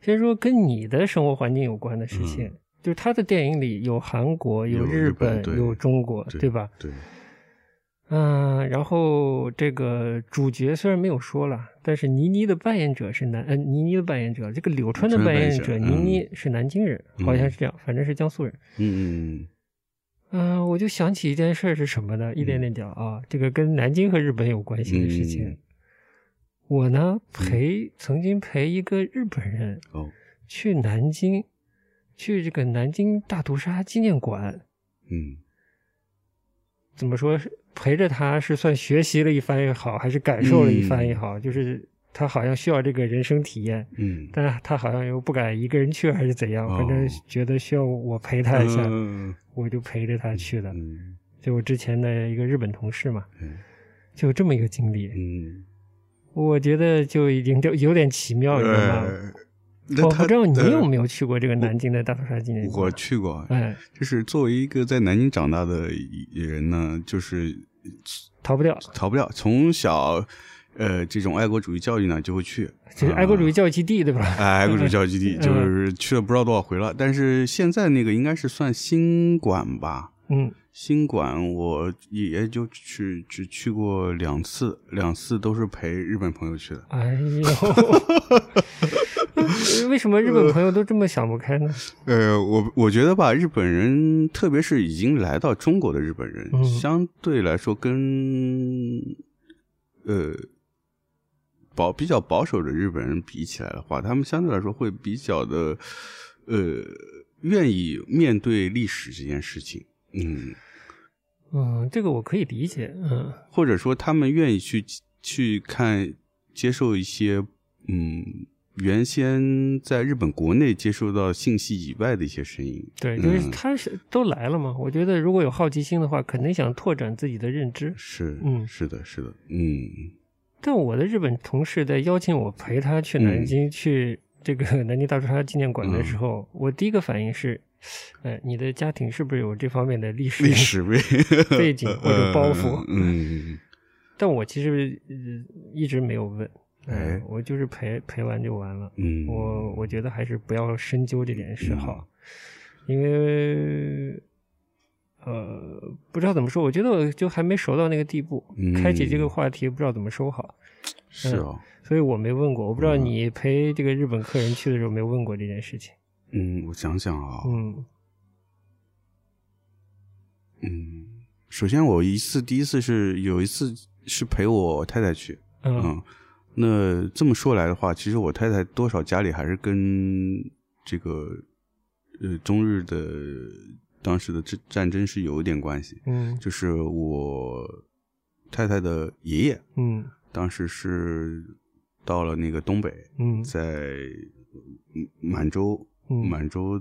先说跟你的生活环境有关的事情，就是他的电影里有韩国、嗯有日日本对有中国，对对吧？对嗯，然后这个主角虽然没有说了，但是倪妮的扮演者是南，呃，倪妮的扮演者，这个柳川的扮演者柳川扮演倪者妮是南京人，嗯好像是这样，反正是江苏人。嗯嗯嗯、我就想起一件事儿是什么呢？一点点讲啊，这个跟南京和日本有关系的事情。嗯我呢陪曾经陪一个日本人嗯哦去南京，去这个南京大屠杀纪念馆，嗯怎么说是陪着他是算学习了一番也好，还是感受了一番也好，就是他好像需要这个人生体验，嗯，但是他好像又不敢一个人去还是怎样，哦反正觉得需要我陪他一下，嗯我就陪着他去的。嗯就我之前的一个日本同事嘛，嗯就有这么一个经历，嗯，我觉得就已经就有点奇妙，你知道吗？呃那我他不知道你有呃没有去过这个南京的大屠杀纪念馆？我去过，哎，就是作为一个在南京长大的人呢，就是逃不掉。逃不了，从小，呃，这种爱国主义教育呢就会去，就是爱国主义啊。教育基地，对吧？哎，爱国主义教育基地嗯就是去了不知道多少回了，但是现在那个应该是算新馆吧？嗯，新馆我也就去只去过两次，两次都是陪日本朋友去的。哎呦， 为什么日本朋友都这么想不开呢？呃，我我觉得吧，日本人，特别是已经来到中国的日本人，嗯相对来说跟呃保比较保守的日本人比起来的话，他们相对来说会比较的呃愿意面对历史这件事情，嗯，嗯，这个我可以理解。嗯或者说他们愿意去去看接受一些嗯原先在日本国内接受到信息以外的一些声音，对，就是嗯他是都来了嘛，我觉得如果有好奇心的话，肯定想拓展自己的认知。是，嗯是的，是的，嗯但我的日本同事在邀请我陪他去南嗯京、去这个 南京大屠杀纪念馆的时候，我第一个反应是，哎，你的家庭是不是有这方面的历史？历史背背景或者包袱嗯，但我其实、呃一直没有问，哎嗯，我就是陪陪完就完了。嗯，我我觉得还是不要深究这件事嗯好，因为呃不知道怎么说，我觉得我就还没熟到那个地步，开启这个嗯话题不知道怎么收好，嗯是哦，所以我没问过，我不知道嗯你陪这个日本客人去的时候有没有问过这件事情。嗯，我想想啊，嗯嗯，首先我一次第一次是有一次是陪我太太去，嗯嗯，那这么说来的话，其实我太太多少家里还是跟这个呃中日的当时的战战争是有一点关系，嗯就是我太太的爷爷嗯当时是到了那个东北，嗯在嗯满洲嗯满洲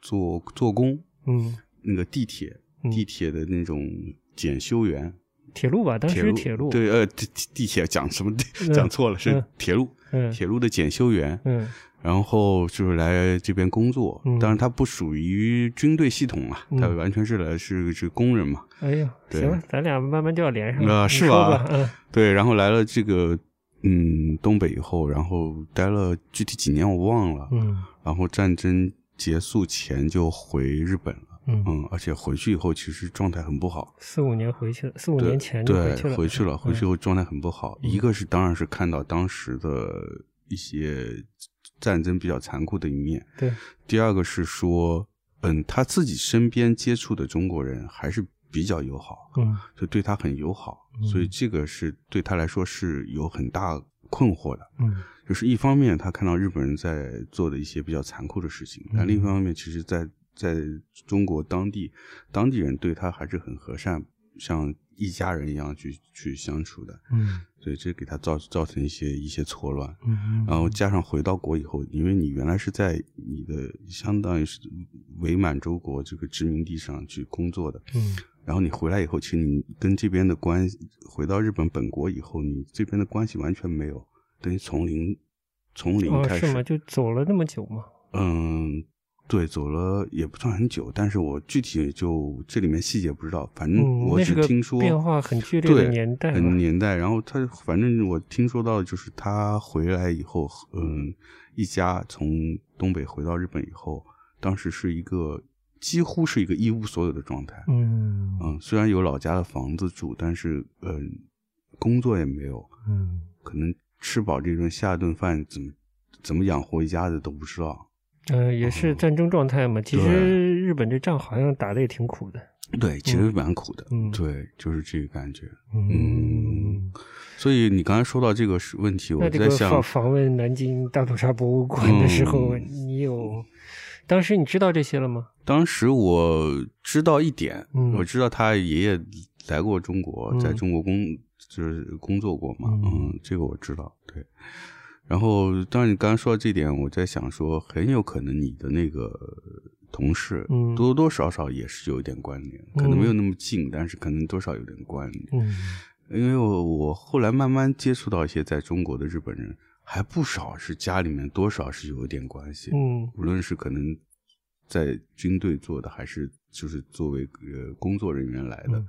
做做工，嗯，那个地铁嗯地铁的那种检修员，铁路吧，当时是铁铁路，对呃地地地铁讲什么地嗯讲错了是嗯铁路嗯铁路的检修员，嗯然后就是来这边工作嗯，当然他不属于军队系统啊嗯，他完全是来是是工人嘛，哎呦，对行了，咱俩慢慢就要连上了，啊你是说吧吧？嗯对，然后来了这个嗯东北以后，然后待了具体几年我忘了，嗯然后战争结束前就回日本了。嗯，嗯，而且回去以后其实状态很不好。四五年回去了，四五对年前就回去对，了，回去了，回嗯去后状态很不好。一个是当然是看到当时的一些战争比较残酷的一面，对，第二个是说，嗯，他自己身边接触的中国人还是比较友好，嗯就对他很友好，嗯所以这个是对他来说是有很大困惑的。嗯就是一方面他看到日本人在做的一些比较残酷的事情，嗯但另一方面，其实在在中国当地，当地人对他还是很和善，像一家人一样去去相处的，嗯所以这给他造造成一些一些错乱。嗯，然后加上回到国以后，因为你原来是在你的相当于是伪满洲国这个殖民地上去工作的，嗯然后你回来以后，其实你跟这边的关系，回到日本本国以后，你这边的关系完全没有，等于从零从零哦开始。是吗？就走了那么久吗？嗯，对，走了也不算很久，但是我具体就这里面细节不知道，反正嗯，我那是只个听说、变化很剧烈对的年代吧，很年代。然后他反正我听说到的就是他回来以后，嗯，一家从东北回到日本以后，当时是一个几乎是一个一无所有的状态。嗯嗯，虽然有老家的房子住，但是嗯，工作也没有，嗯可能吃饱这顿下顿饭怎么怎么养活一家子都不知道。嗯、也是战争状态嘛。其对实日本这仗好像打的也挺苦的。对，其实蛮苦的。嗯对，就是这个感觉。嗯，所以你刚才说到这个是问题，我那这在个想，访访问南京大屠杀博物馆的时候，嗯你有当时你知道这些了吗？当时我知道一点，嗯我知道他爷爷来过中国，嗯在中国工就是工作过嘛，嗯嗯这个我知道，对。然后，当然你刚刚说到这点，我在想说，很有可能你的那个同事，嗯多多少少也是有一点关联，可能没有那么近，但是可能多少有点关联。嗯因为我我后来慢慢接触到一些在中国的日本人，还不少是家里面多少是有一点关系，嗯无论是可能在军队做的，还是就是作为呃工作人员来的，嗯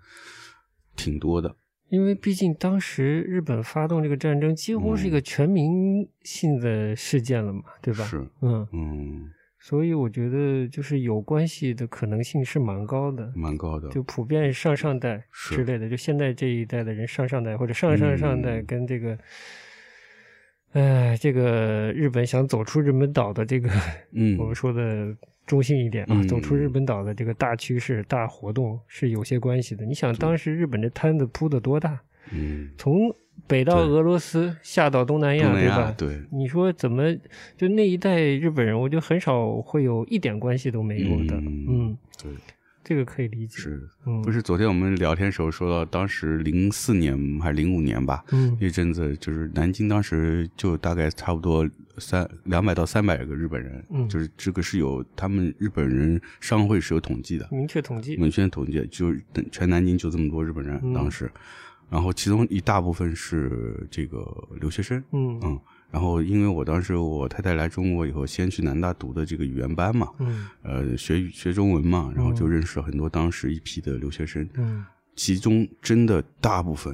挺多的。因为毕竟当时日本发动这个战争，几乎是一个全民性的事件了嘛，对吧？是，嗯，嗯，所以我觉得就是有关系的可能性是蛮高的，蛮高的。就普遍上上代是之类的，就现在这一代的人上上代或者上上上代嗯跟这个，哎、这个日本想走出日本岛的这个，嗯我们说的中性一点啊，嗯走出日本岛的这个大趋势、大活动是有些关系的。你想当时日本这摊子铺的多大，嗯，从北到对俄罗斯，下到东南亚，东南对亚吧？对，你说怎么就那一代日本人，我就很少会有一点关系都没有的。嗯嗯，对，这个可以理解。是。嗯，不，是昨天我们聊天时候说到，当时零四年还是零五年吧，嗯一阵子就是南京当时就大概差不多三两百到三百个日本人，嗯就是这个是有他们日本人商会是有统计的，明确统计。文宣统计，就是全南京就这么多日本人、嗯当时，然后其中一大部分是这个留学生，嗯嗯，然后因为我当时我太太来中国以后，先去南大读的这个语言班嘛，嗯呃，学语学中文嘛，然后就嗯认识了很多当时一批的留学生，嗯其中真的大部分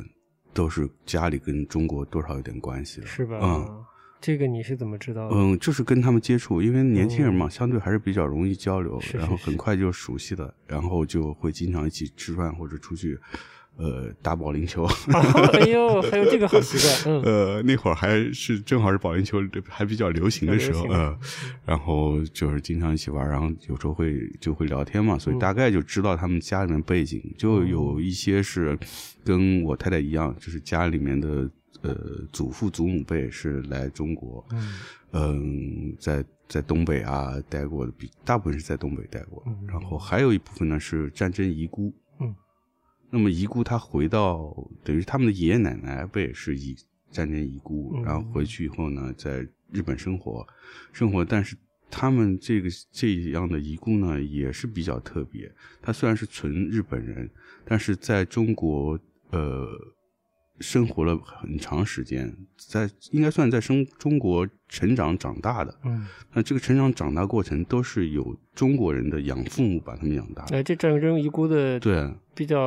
都是家里跟中国多少有点关系的，是吧？嗯。这个你是怎么知道的？嗯，就是跟他们接触，因为年轻人嘛，相对还是比较容易交流，哦是是然后是很快就熟悉了，然后就会经常一起吃饭或者出去，呃，打保龄球。 哎呦，还有这个好习惯。嗯， 呃，那会儿还是正好是保龄球还比较流行的时候，比较流行呃，然后就是经常一起玩，然后有时候会就会聊天嘛，所以嗯哦大概就知道他们家里面背景，就有一些是跟我太太一样，就是家里面的呃祖父祖母辈是来中国，嗯嗯，在在东北啊待过的，比大部分是在东北待过，嗯然后还有一部分呢是战争遗孤。嗯，那么遗孤他回到等于他们的爷爷奶奶辈是以战争遗孤，嗯然后回去以后呢，在日本生活生活，但是他们这个这样的遗孤呢也是比较特别。他虽然是纯日本人，但是在中国呃生活了很长时间，在应该算在生中国成长长大的。嗯，那这个成长长大过程都是有中国人的养父母把他们养大的。哎，这战争遗孤的对比较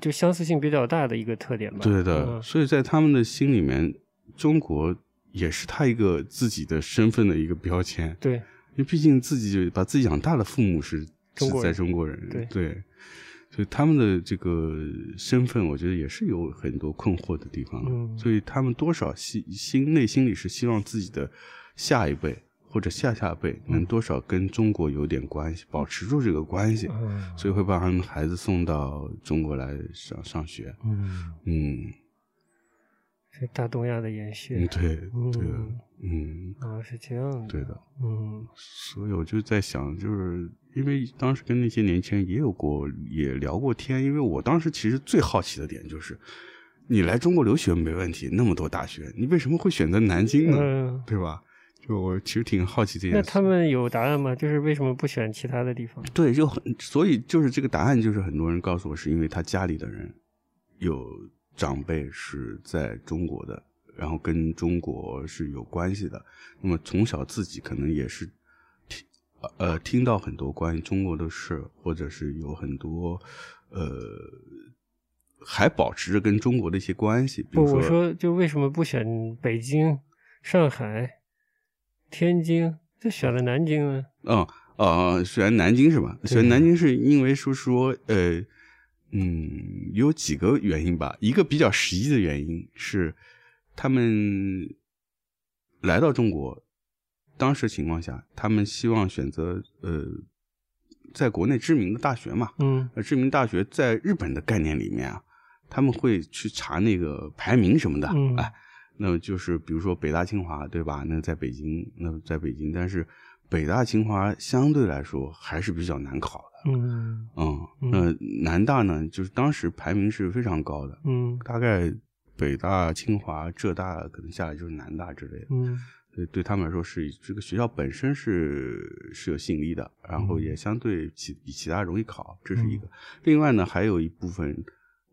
就相似性比较大的一个特点吧。对的，所以在他们的心里面，中国也是他一个自己的身份的一个标签，对因为毕竟自己把自己养大的父母是中国在人中国人，对所以他们的这个身份，我觉得也是有很多困惑的地方。嗯所以他们多少希心内心里是希望自己的下一辈或者下下辈嗯能多少跟中国有点关系，保持住这个关系，嗯所以会把他们孩子送到中国来上上学。嗯，嗯，这大东亚的延续嗯，对对嗯，嗯，啊，是这样的，对的。嗯所以我就在想，就是因为当时跟那些年轻人也有过，也聊过天。因为我当时其实最好奇的点就是，你来中国留学没问题，那么多大学，你为什么会选择南京呢？嗯，对吧？就我其实挺好奇这件那事。他们有答案吗？就是为什么不选其他的地方？对，就很，所以就是这个答案，就是很多人告诉我，是因为他家里的人有长辈是在中国的，然后跟中国是有关系的。那么从小自己可能也是听呃听到很多关于中国的事，或者是有很多呃还保持着跟中国的一些关系，比不，如我说就为什么不选北京、上海、天津，就选了南京呢？嗯啊，选、南京是吧？对选南京是因为是说呃嗯有几个原因吧，一个比较实际的原因是他们来到中国，当时情况下他们希望选择呃在国内知名的大学嘛，嗯而呃知名大学在日本的概念里面啊，他们会去查那个排名什么的，嗯哎，那么就是比如说北大清华对吧？那在北京，那在北京，但是北大清华相对来说还是比较难考的，嗯嗯，嗯那南大呢，就是当时排名是非常高的，嗯大概北大、清华、浙大可能下来就是南大之类的，嗯对呃对他们来说是这个学校本身是是有吸引力的，然后也相对其比其他容易考，这是一个。另外呢，还有一部分，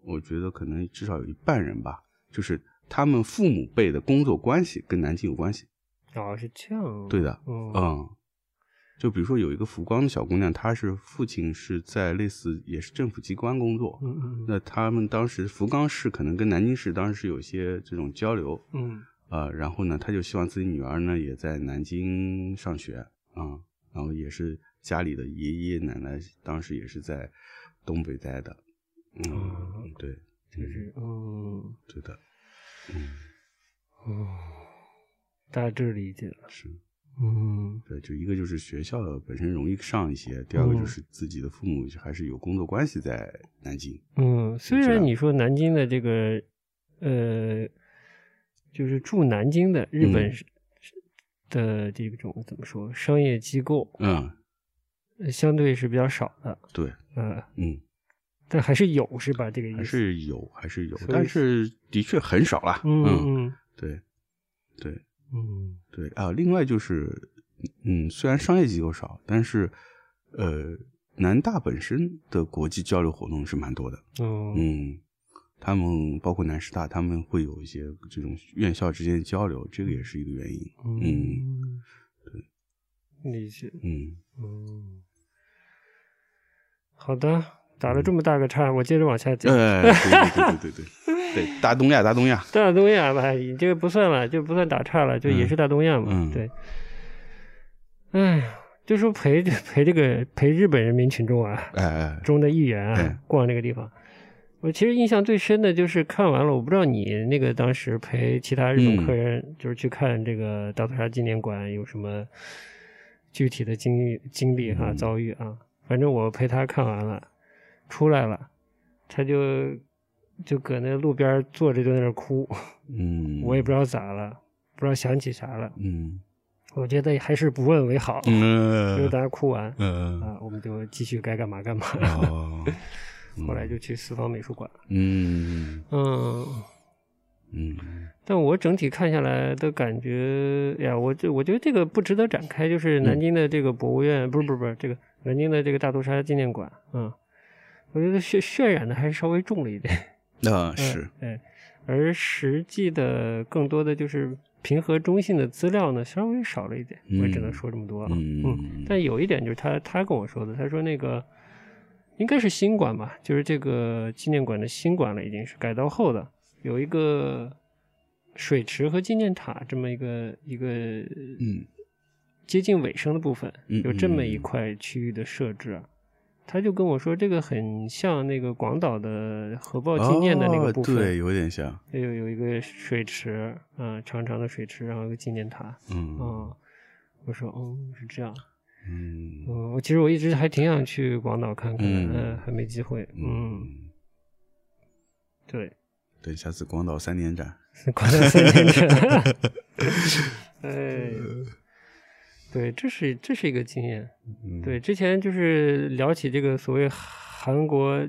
我觉得可能至少有一半人吧，就是他们父母辈的工作关系跟南京有关系。哦，是这样。对的，嗯嗯，就比如说有一个福冈的小姑娘，她是父亲是在类似也是政府机关工作，嗯嗯那他们当时福冈市可能跟南京市当时是有些这种交流，嗯呃，然后呢，他就希望自己女儿呢也在南京上学啊、然后也是家里的爷爷奶奶当时也是在东北待的，哦嗯，对，就是嗯对的，嗯，大致理解了。是嗯对，就一个就是学校本身容易上一些，第二个就嗯是自己的父母还是有工作关系在南京，嗯，虽知道然你说南京的这个呃，就是驻南京的日本嗯是的这种怎么说商业机构，嗯，呃相对是比较少的，对，呃，嗯，但还是有是吧？这个意思还是有，还是有所，以但是的确很少啦，嗯嗯，嗯对，对，嗯对啊，另外就是，嗯，虽然商业机构少，但是，呃，南大本身的国际交流活动是蛮多的。嗯嗯，他们包括南师大，他们会有一些这种院校之间的交流，这个也是一个原因。嗯嗯，对，理解。嗯嗯，好的，打嗯了这么大个岔，我接着往下，讲。哎，对对对对对对对，大东亚，大东亚，大东亚吧，你这个不算了，就不算打岔了，就也是大东亚嘛。嗯嗯对。哎呀，就说陪陪这个陪日本人民群众啊哎哎，中的一员啊、哎逛这个地方，我其实印象最深的就是看完了，我不知道你那个当时陪其他日本客人、嗯就是去看这个大屠杀纪念馆有什么具体的经历经历哈、嗯遭遇啊，反正我陪他看完了，出来了，他就就搁那路边坐着就在那儿哭。嗯，我也不知道，道咋了，不知道想起啥了。嗯我觉得还是不问为好，就嗯在那哭完嗯，啊，我们就继续该干嘛干嘛。哦，后来就去四方美术馆。嗯嗯，嗯但我整体看下来的感觉哎呀，我这我觉得这个不值得展开，就是南京的这个博物院，不是不是不是这个南京的这个大屠杀纪念馆，嗯，我觉得渲渲染的还是稍微重了一点。那是，对，嗯哎而实际的更多的就是平和中性的资料呢，稍微少了一点，我也只能嗯说这么多啊。嗯但有一点就是他他跟我说的，他说那个应该是新馆吧，就是这个纪念馆的新馆了，已经是改造后的，有一个水池和纪念塔这么一个一个嗯接近尾声的部分嗯，有这么一嗯嗯块区域的设置啊。他就跟我说这个很像那个广岛的核爆纪念的那个部分，哦、对，有点像，有有一个水池，啊、长长的水池，然后有个纪念塔，啊、嗯我说，哦，是这样，嗯嗯，我其实我一直还挺想去广岛看看的，嗯嗯，还没机会，嗯，，对，对，下次广岛三年展，是广岛三年 展，哎，对，这是这是一个经验，嗯，对，，之前就是聊起这个所谓韩国，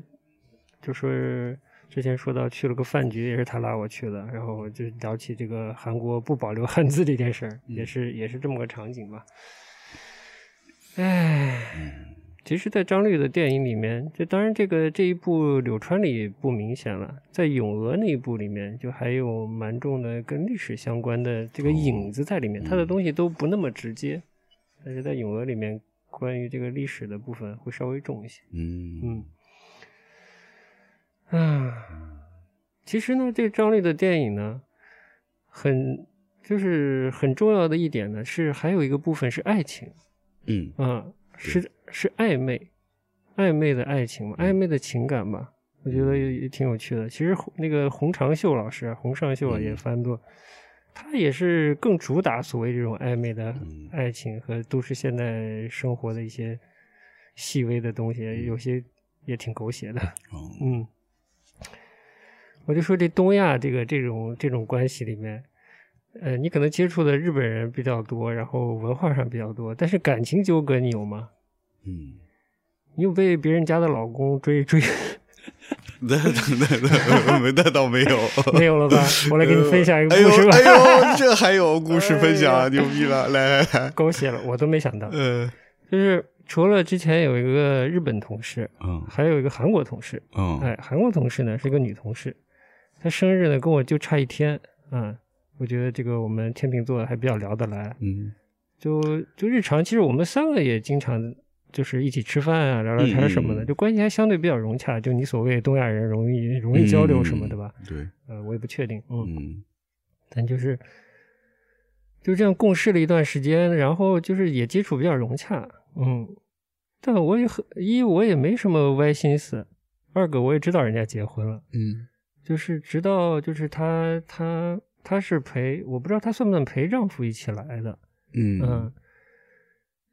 就是之前说到去了个饭局，也是他拉我去的，然后我就聊起这个韩国不保留汉字这件事儿，也是也是这么个场景吧。唉，其实，在张律的电影里面，就当然这个这一部柳川里不明显了，在咏鹅那一部里面，就还有蛮重的跟历史相关的这个影子在里面，他的东西都不那么直接。但是在咏鹅里面，关于这个历史的部分会稍微重一些。嗯嗯，啊，其实呢，这张力的电影呢，很就是很重要的一点呢，是还有一个部分是爱情嗯啊，是是暧昧，暧昧的爱情嘛，嗯暧昧的情感吧。我觉得也也挺有趣的。其实洪那个洪长秀老师啊，洪尚秀啊嗯也翻作，他也是更主打所谓这种暧昧的嗯爱情和都市现代生活的一些细微的东嗯西，有些也挺狗血的。哦，嗯，我就说这东亚这个这种这种关系里面，呃，你可能接触的日本人比较多，然后文化上比较多，但是感情纠葛你有吗？嗯，你有被别人家的老公追 追那那那 没那倒没有， 没有了吧？我来给你分享一个哎呦故事吧，哎哎呦，这还有故事分享，啊牛逼了！来来来， 狗血了，我都没想到。呃，就是除了之前有一个日本同事，嗯还有一个韩国同事，嗯哎，韩国同事呢是一个女同事，她生日呢跟我就差一天啊、我觉得这个我们天秤座还比较聊得来，嗯就就日常，其实我们三个也经常就是一起吃饭啊，聊聊天儿什么的，嗯嗯嗯就关系还相对比较融洽。就你所谓东亚人容易容易交流什么的吧，，嗯对，呃，我也不确定，嗯，嗯但就是就这样共事了一段时间，然后就是也接触比较融洽，嗯，但我也很一我也没什么歪心思，二个我也知道人家结婚了，嗯就是直到就是她她她是陪我不知道她算不算陪丈夫一起来的，嗯嗯，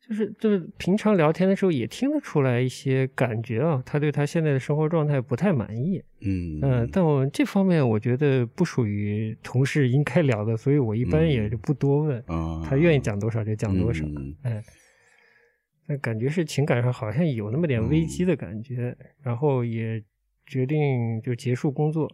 就是就是平常聊天的时候也听得出来一些感觉啊，他对他现在的生活状态不太满意。嗯嗯，但我这方面我觉得不属于同事应该聊的，所以我一般嗯也就不多问。啊，他愿意讲多少就讲多少。嗯哎，那感觉是情感上好像有那么点危嗯机的感觉，然后也决定就结束工作。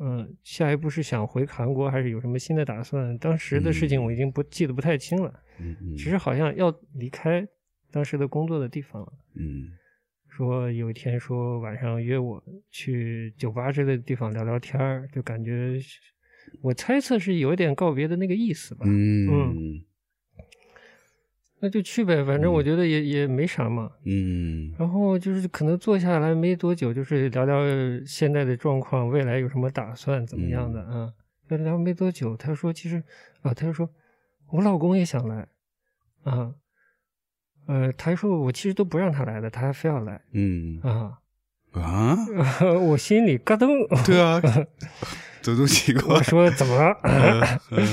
嗯，下一步是想回韩国，还是有什么新的打算？当时的事情我已经不记得不太清了。嗯，只是好像要离开当时的工作的地方了。嗯说有一天说晚上约我去酒吧之类的地方聊聊天儿，就感觉是我猜测是有一点告别的那个意思吧。嗯那就去呗，反正我觉得也、也没啥嘛。嗯然后就是可能坐下来没多久，就是聊聊现在的状况，未来有什么打算，怎么样的嗯啊？聊聊没多久，他说其实啊，他就说我老公也想来啊，呃，他说我其实都不让他来的，他还非要来嗯啊， 啊，我心里咯噔，对 啊，走动奇怪呃我，说怎么了？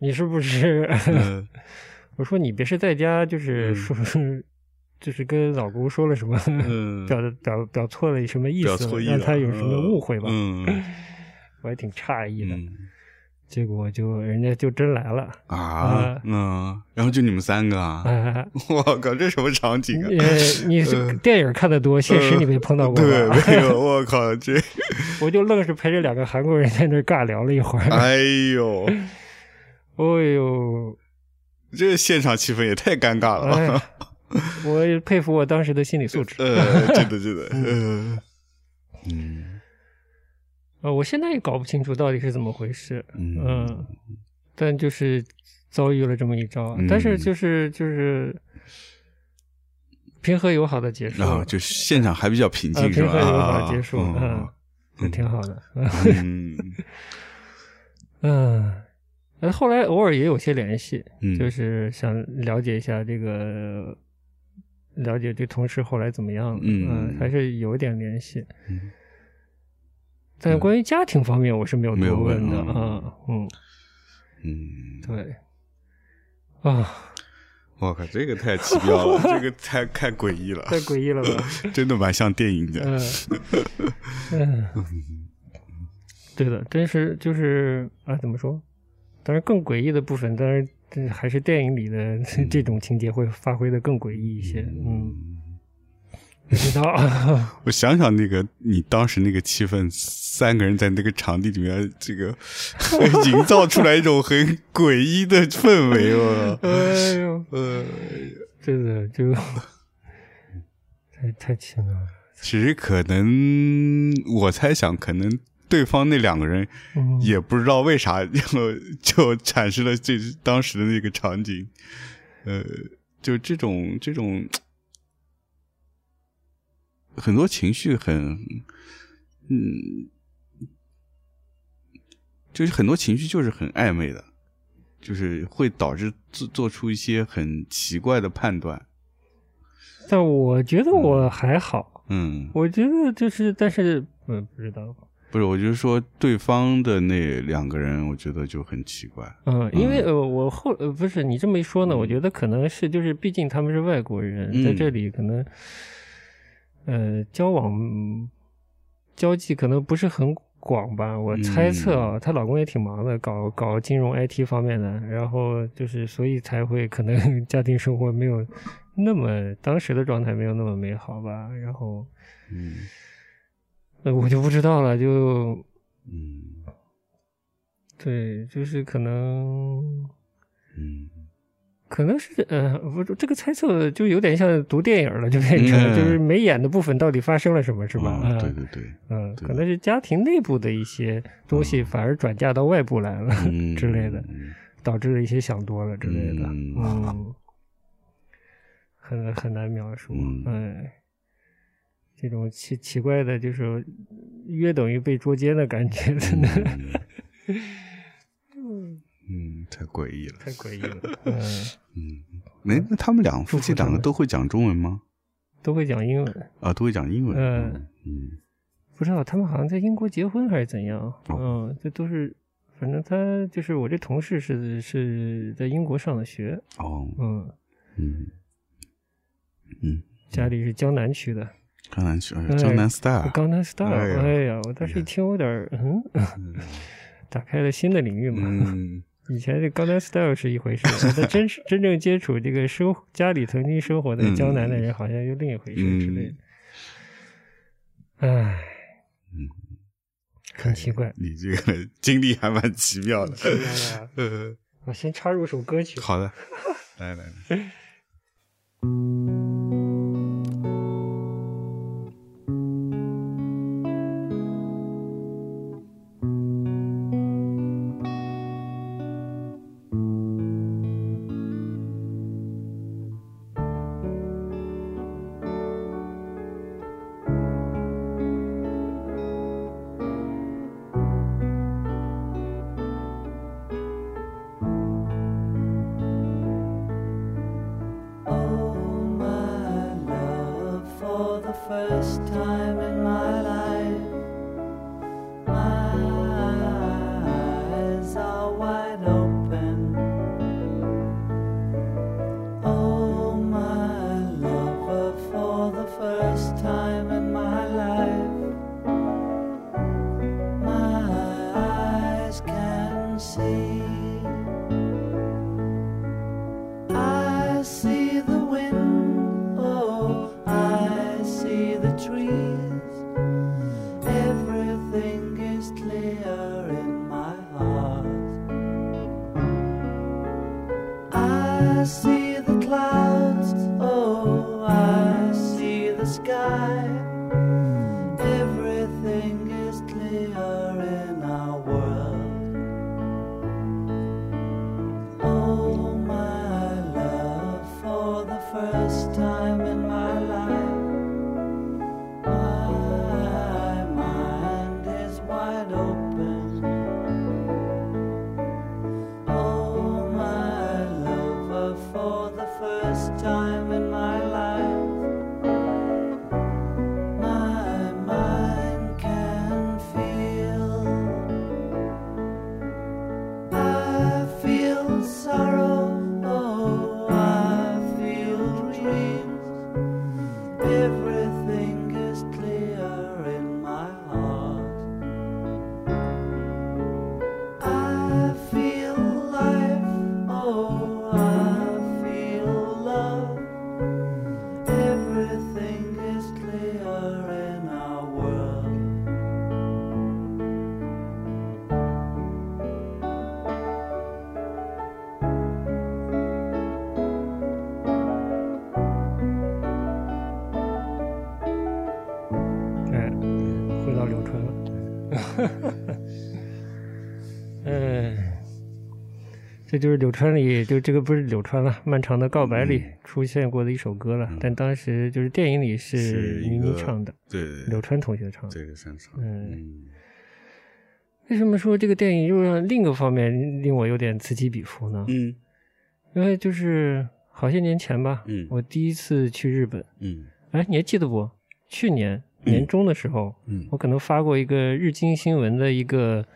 你是不是？嗯 我说你别是在家就是嗯说、 就是跟老公说了什么？嗯，表表表错了什么意表思错了，意让他有什么误会吧？嗯我还挺诧异的。嗯结果就人家就真来了，啊嗯，然后就你们三个啊，啊， 我靠，这什么场景啊？ 呃，你是电影看的多，现实你没碰到过呃对， 吧？没有，我靠，这，我就愣是陪着两个韩国人在那儿尬聊了一会儿。哎呦，哦呦，这现场气氛也太尴尬了哎 吧。呀，我也佩服我当时的心理素质。呃，真 的真的，呃，嗯呃，我现在也搞不清楚到底是怎么回事。嗯嗯，但就是遭遇了这么一招，啊嗯但是就是就是平和友好的结束然，后啊就是现场还比较平呃，静是平吧？和友啊，好结束，嗯，就挺好的，嗯嗯。呃，后 来偶尔也有些联系，嗯就是想了解一下这个了解这同事后来怎么样了，嗯嗯嗯还是有一点联系。嗯但关于家庭方面，我是没有没多有问的啊啊，嗯，嗯，对，啊，我靠，这个太奇妙了，这个太太诡异了，太诡异了吧？真的蛮像电影的。嗯，嗯，对的，真是就是啊，怎么说？当然，更诡异的部分，当然这还是电影里的这种情节会发挥的更诡异一些。嗯，不知道，我想想那个你当时那个气氛，三个人在那个场地里面，这个营造出来一种很诡异的氛围哦。哎 呦，呃，真的 就太太奇妙了。其实可能我猜想，可能对方那两个人嗯，也不知道为啥要就产生了这 当时的那个场景，呃，就这种这种很多情绪很，嗯，就是很多情绪就是很暧昧的，就是会导致做做出一些很奇怪的判断，但我觉得我还好，嗯，我觉得就是，但是嗯，不知道。不是，我就是说对方的那两个人，我觉得就很奇怪，嗯，因为嗯呃，我后呃不是你这么一说呢，我嗯觉得可能是就是，毕竟他们是外国人，在嗯这里可能，呃，交往嗯交际可能不是很广吧。我猜嗯测啊，她、老公也挺忙的，搞搞金融 IT 方面的，然后就是所以才会可能 家庭生活没有那么当时的状态没有那么美好吧。然后，嗯呃，我就不知道了，就嗯。对，就是可能。嗯可能是呃，不，这个猜测就有点像读电影了，就变成、嗯就是没演的部分到底发生了什么，是吧？啊，嗯对对对，嗯，对可能是家庭内部的一些东西反而转嫁到外部来了、嗯之类的，嗯导致了一些想多了之类的，嗯嗯，很很难描述，嗯哎。这种奇奇怪的，就是约等于被捉奸的感觉，真的嗯嗯，太诡异了。太诡异了。嗯，嗯，没，那他们两夫妻两个都会讲中文吗？都会讲英文，啊，都会讲英文。嗯嗯不知道他们好像在英国结婚还是怎样，哦嗯，这都是，反正他就是我这同事是是在英国上的学，哦嗯，嗯嗯，家里是江南区的，江南区，哎哎江南 style，江南 star，哎呀哎呀，我当时一听有点儿，嗯， 打开了新的领域嘛， 嗯以前这江南 style 是一回事，但真是真正接触这个生活家里曾经生活在江南的嗯人，好像又另一回事之类的，唉，嗯，。很奇怪 你这个经历还蛮奇妙的。奇怪呀呃，我先插入首歌曲吧。好的，来来来， Oh, my love, for the first time in my life, my eyes are wide open. Oh, my lover, for the first time in my life, my eyes can see. I see the wind, oh, I see the trees. Everything is clear in my heart. I see the clouds, oh, I see the sky. Everything is clear in our world. Oh, my love, for the first time in my life, my mind is wide open. Oh, my lover, for the first time in my life, oh, Everything is clear in my heart. I feel life, oh, I feel love. Everything is clear in our world. 哎，回到刘春了。 嗯，这就是柳川里，就这个不是柳川了，《漫长的告白》里嗯出现过的一首歌了。但当时就是电影里是是一倪妮个唱的，对对柳对，川同学唱的。这个擅长，嗯嗯，为什么说这个电影又让另一个方面令我有点此起彼伏呢？嗯因为就是好些年前吧，嗯我第一次去日本，嗯哎，你还记得不？去年年中的时候，嗯我可能发过一个日经新闻的一个，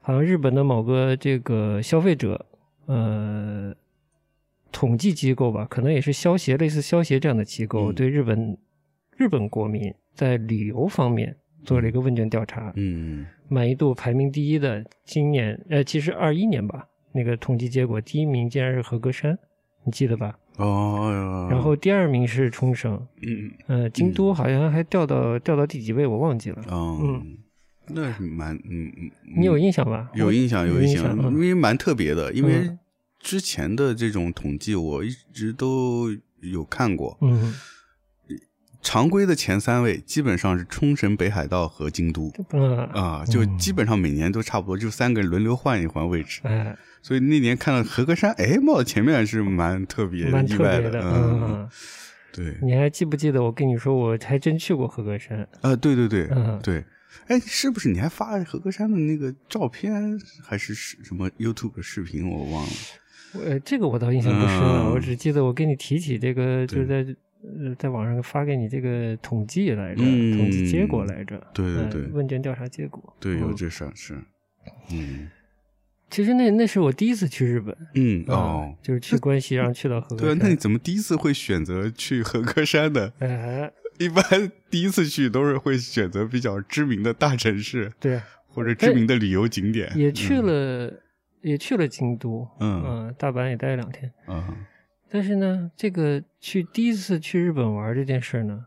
好像日本的某个这个消费者，呃，统计机构吧，可能也是消协类似消协这样的机构，嗯对日本日本国民在旅游方面做了一个问卷调查，嗯满意度排名第一的，今年呃，其实二一年吧，那个统计结果第一名竟然是和歌山，你记得吧？哦，然后第二名是冲绳，嗯呃，京都好像还掉到掉到第几位我忘记了，嗯，那是蛮嗯嗯，你有印象吧？有印象有有印印象象，嗯因为蛮特别的，因为嗯之前的这种统计我一直都有看过，嗯，常规的前三位基本上是冲绳、北海道和京都。啊，啊，就嗯基本上每年都差不多，就三个人轮流换一换位置。哎，所以那年看到合歌山，哎，冒到前面是蛮特别、蛮意特外别的，嗯，嗯，对，你还记不记得我跟你说，我还真去过和歌山，啊，对对对嗯对，哎，是不是你还发了合歌山的那个照片，还是是什么 YouTube 视频？我忘了。呃，这个我倒印象不深了，嗯我只记得我跟你提起这个，就是在对呃在网上发给你这个统计来着，嗯统计结果来着，对对呃对问卷调查结果，对，嗯有这事儿是，嗯其实那那是我第一次去日本，嗯啊哦，就是去关西，然后去到和对歌啊，那山你，怎么第一次会选择去合歌山呢？哎，一般第一次去都是会选择比较知名的大城市对，或者知名的旅游景点。也去了，也去了京都，嗯呃大阪也待了两天。啊，但是呢，这个去第一次去日本玩这件事儿呢，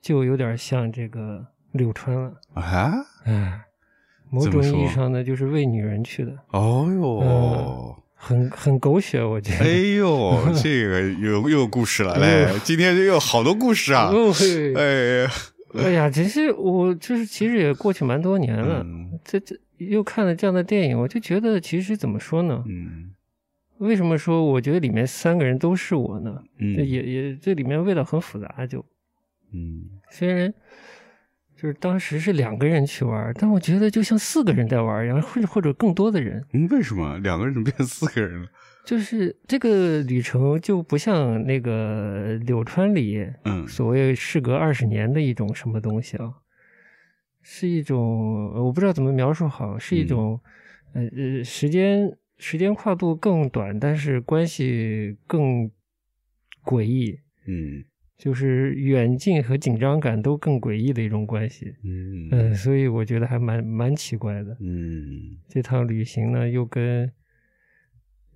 就有点像这个柳川了，啊，哎，某怎种么意义说上呢，就是为女人去的，哦哟嗯，很很狗血，我觉哎得。呦，这个又又有故事了嘞！今天又有好多故事啊！哦嘿哎，哎呀，其实我就是其实也过去蛮多年了，嗯这这又看了这样的电影，我就觉得其实怎么说呢？嗯为什么说我觉得里面三个人都是我呢？这嗯也也这里面味道很复杂，就嗯虽然就是当时是两个人去玩，但我觉得就像四个人在玩一样，或者或者更多的人，嗯，为什么两个人变四个人了？就是这个旅程就不像那个柳川里嗯所谓事隔二十年的一种什么东西啊，是一种呃我不知道怎么描述好，是一种、呃呃时间时间跨度更短，但是关系更诡异。嗯就是远近和紧张感都更诡异的一种关系。嗯，嗯所以我觉得还蛮蛮奇怪的。嗯这趟旅行呢，又跟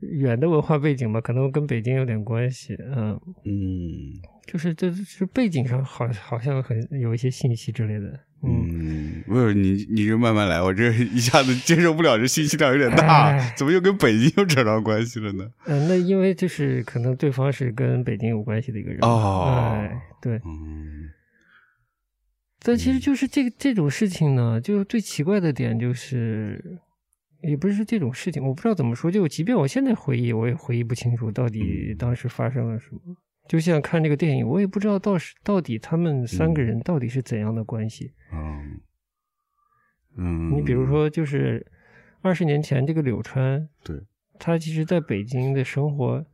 远的文化背景吧，可能跟北京有点关系。嗯，嗯就是这是背景上好好像很有一些信息之类的。嗯，嗯，不是你，你就慢慢来，我这一下子接受不了，这信息量有点大哎，怎么又跟北京又扯上关系了呢？呃，那因为就是可能对方是跟北京有关系的一个人吧。哦哎，对。嗯但其实就是这个这种事情呢，就是最奇怪的点就是，也不是这种事情，我不知道怎么说。就即便我现在回忆，我也回忆不清楚到底嗯当时发生了什么。就像看这个电影，我也不知道到时到底他们三个嗯人到底是怎样的关系。嗯嗯，你比如，说，就是二十年前这个柳川，对，他其实在北京的生活，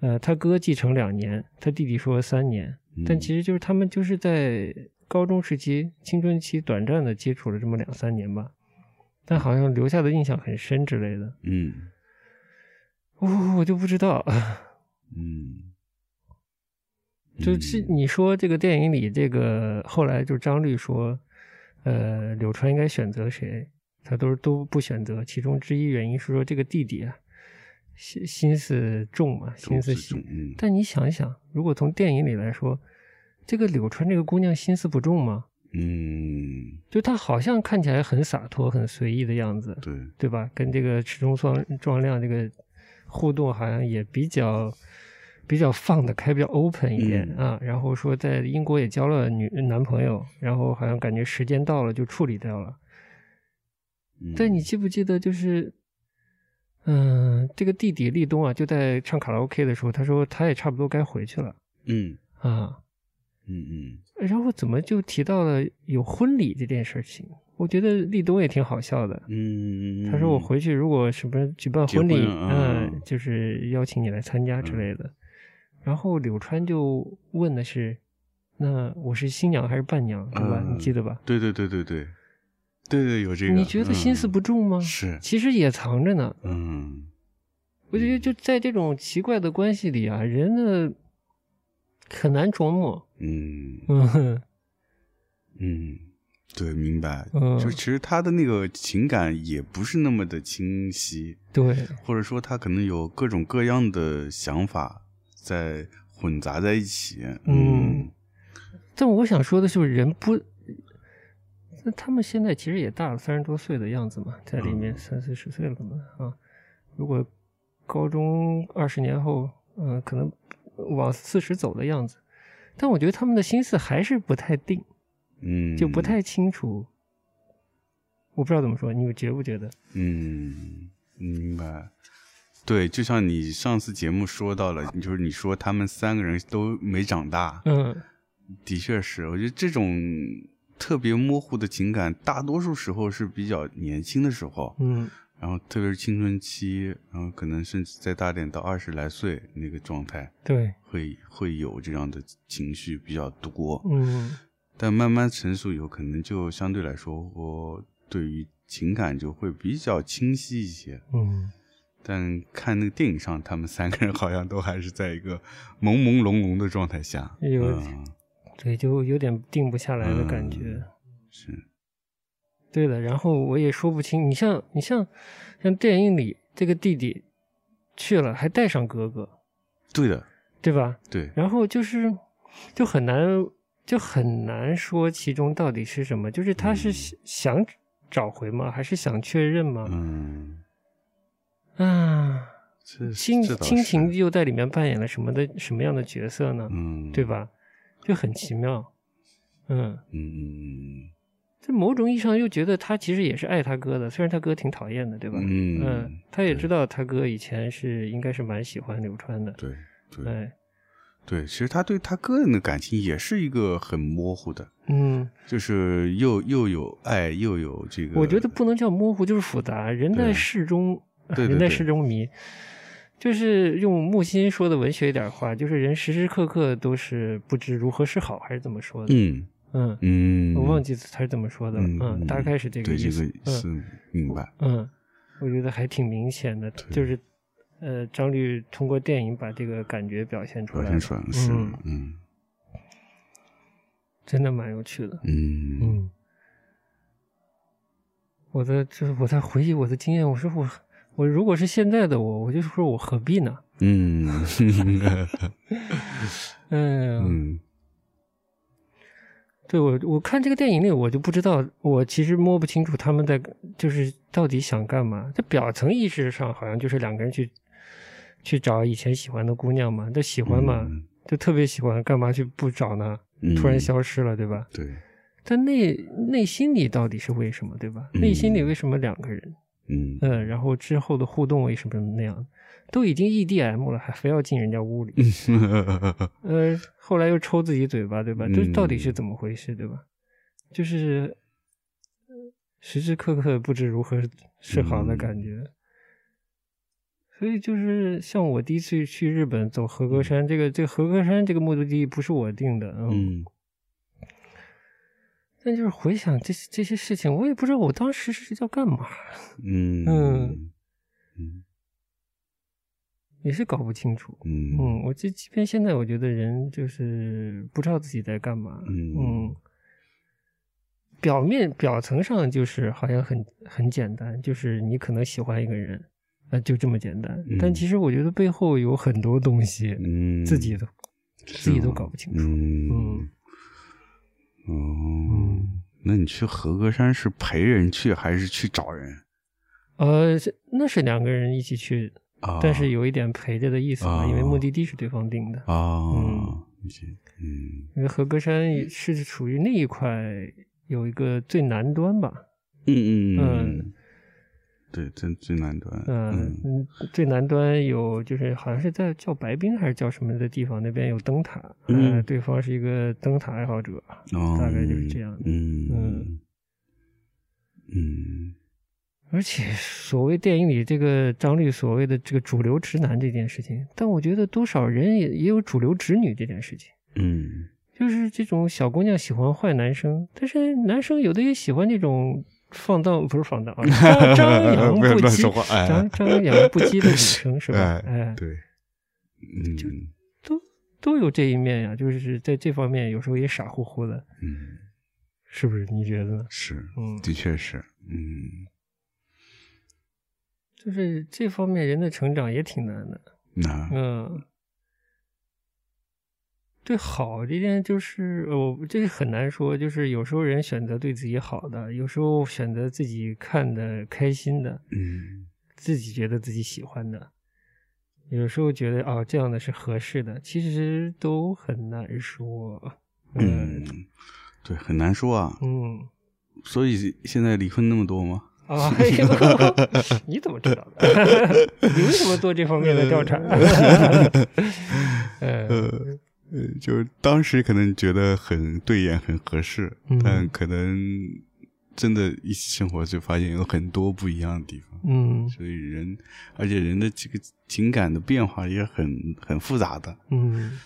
呃，他哥继承两年，他弟弟说三年，但其实实就是他们就是在高中时期、青春期短暂的接触了这么两三年吧，但好像留下的印象很深之类的。哦嗯我、我就不知道，嗯 就是嗯你说这个电影里这个后来就是张律说，呃，柳传应该选择谁，他都是都不选择，其中之一原因是说这个弟弟啊，心心思重嘛，心思这细种。嗯，但你想一想，如果从电影里来说，这个柳川这个姑娘心思不重吗？嗯，就她好像看起来很洒脱、很随意的样子，对，对吧？跟这个池中壮壮亮这个互动好像也比较比较放得开，比较 open 一点、嗯啊。然后说在英国也交了女男朋友，然后好像感觉时间到了就处理掉了。嗯但你记不记得就是，嗯、这个弟弟立冬啊，就在唱卡拉 OK 的时候，他说他也差不多该回去了嗯啊。嗯嗯，然后怎么就提到了有婚礼这件事情？我觉得立冬也挺好笑的。嗯，他说我回去如果什么举办婚礼，结婚啊嗯嗯、就是邀请你来参加之类的。然后柳川就问的是，那我是新娘还是伴娘，对吧？嗯你记得吧？对对对对对，对对有这个，你觉得心思不重吗？嗯是，其实也藏着呢。嗯我觉得就在这种奇怪的关系里啊，人的很难琢磨。 嗯嗯嗯，对，明白。嗯，就其实他的那个情感也不是那么的清晰，对，或者说他可能有各种各样的想法在混杂在一起。嗯但我想说的是，人不，那他们现在其实也大了三十多岁的样子嘛，在里面嗯三四十岁了嘛啊。如果高中二十年后，嗯、可能往四十走的样子，但我觉得他们的心思还是不太定，嗯，就不太清楚。我不知道怎么说，你们觉不觉得？嗯，明白。对，就像你上次节目说到了，就是你说他们三个人都没长大，嗯，的确是，我觉得这种特别模糊的情感，大多数时候是比较年轻的时候，嗯，然后特别是青春期，然后可能甚至再大点到二十来岁那个状态，对，会会有这样的情绪比较多。嗯但慢慢成熟以后，可能就相对来说，我对于情感就会比较清晰一些。嗯，但看那个电影上，他们三个人好像都还是在一个朦朦胧胧的状态下。有嗯、对，就有点定不下来的感觉。嗯是，对的，然后我也说不清。你像你像像电影里这个弟弟去了，还带上哥哥，对的，对吧？对，然后就是就很难就很难说其中到底是什么，就是他是嗯想想找回吗？还是想确认吗？嗯，啊，这亲这倒亲是情又在里面扮演了什么的什么样的角色呢？嗯，对？吧？就很奇妙。嗯，嗯这某种意义上又觉得他其实也是爱他哥的，虽然他哥挺讨厌的，对吧？嗯嗯，他也对知道他哥以前是应该是蛮喜欢柳川的，对对哎，对，其实他对他个人的感情也是一个很模糊的，嗯，就是又又有爱又有这个，我觉得不能叫模糊，就是复杂。人在对事中，对 对人在对事中迷，就是用木心说的文学一点话，就是人时时刻刻都是不知如何是好，还是怎么说的？嗯嗯，嗯，我忘记他是怎么说的了，嗯，大概是这个对意思。这个嗯是明白，嗯，我觉得还挺明显的，就是呃，张律通过电影把这个感觉表现出表来了，现出来了是嗯嗯真的蛮有趣的。嗯嗯，我在就是我在回忆我的经验，我说我我如果是现在的我，我就说我何必呢？嗯嗯， 嗯对我我看这个电影里，我就不知道，我其实摸不清楚他们在就是到底想干嘛。这表层意识上好像就是两个人去去找以前喜欢的姑娘嘛，就喜欢嘛，嗯就特别喜欢，干嘛去不找呢？嗯突然消失了，对吧？对，但内内心里到底是为什么，对吧？嗯内心里为什么两个人？ 嗯嗯，然后之后的互动为什么那样？都已经 EDM 了，还非要进人家屋里？嗯呃，后来又抽自己嘴巴，对吧？这嗯到底是怎么回事，对吧？就是呃时时刻刻不知如何是好的感觉。嗯所以就是像我第一次去日本走和嗯歌山，这个这个和歌山这个目的地不是我定的，嗯，嗯但就是回想这些这些事情，我也不知道我当嗯时是要干嘛。嗯嗯嗯也是搞不清楚。嗯嗯，我这即便现在，我觉得人就是不知道自己在干嘛。嗯表面表层上就是好像很很简单，就是你可能喜欢一个人，啊、就这么简单。嗯但其实我觉得背后有很多东西，嗯，自己都是自己都吗搞不清楚。嗯嗯，哦，那你去合歌山是陪人去还是去找人呃，是那是两个人一起去，啊？但是有一点陪着的意思嘛，啊因为目的地是对方定的。啊嗯，一起嗯因为和歌山也是属于那一块有一个最南端吧，嗯嗯嗯，嗯对，最最南端，嗯嗯嗯，最南端有就是好像是在叫白冰还是叫什么的地方，那边有灯塔，嗯呃，对方是一个灯塔爱好者，哦嗯大概就是这样的嗯嗯嗯嗯而且所谓电影里这个张律所谓的这个主流直男这件事情，但我觉得多少人也也有主流直女这件事情，嗯就是这种小姑娘喜欢坏男生，但是男生有的也喜欢这种。放荡不是放荡啊，张张扬 不要不乱羁说话，哎张张扬不羁的女生是吧？哎，对，嗯都都有这一面呀，就是在这方面有时候也傻乎乎的，嗯是不是？你觉得呢？是，嗯，的确是，嗯，就是这方面人的成长也挺难的。那嗯，对好这件就是呃我这个很难说，就是有时候人选择对自己好的，有时候选择自己看的开心的，嗯自己觉得自己喜欢的。有时候觉得哦，这样的是合适的，其实都很难说。嗯，对，很难说啊，嗯， 所以现在离婚那么多吗？啊，哎呦 你怎么知道的？ 你为什么做这方哦面的调 查？呃，呃，呃，就是当时可能觉得很对眼、很合适，嗯但可能真的一起生活就发现有很多不一样的地方，嗯所以人，而且人的这个情感的变化也很很复杂的，嗯，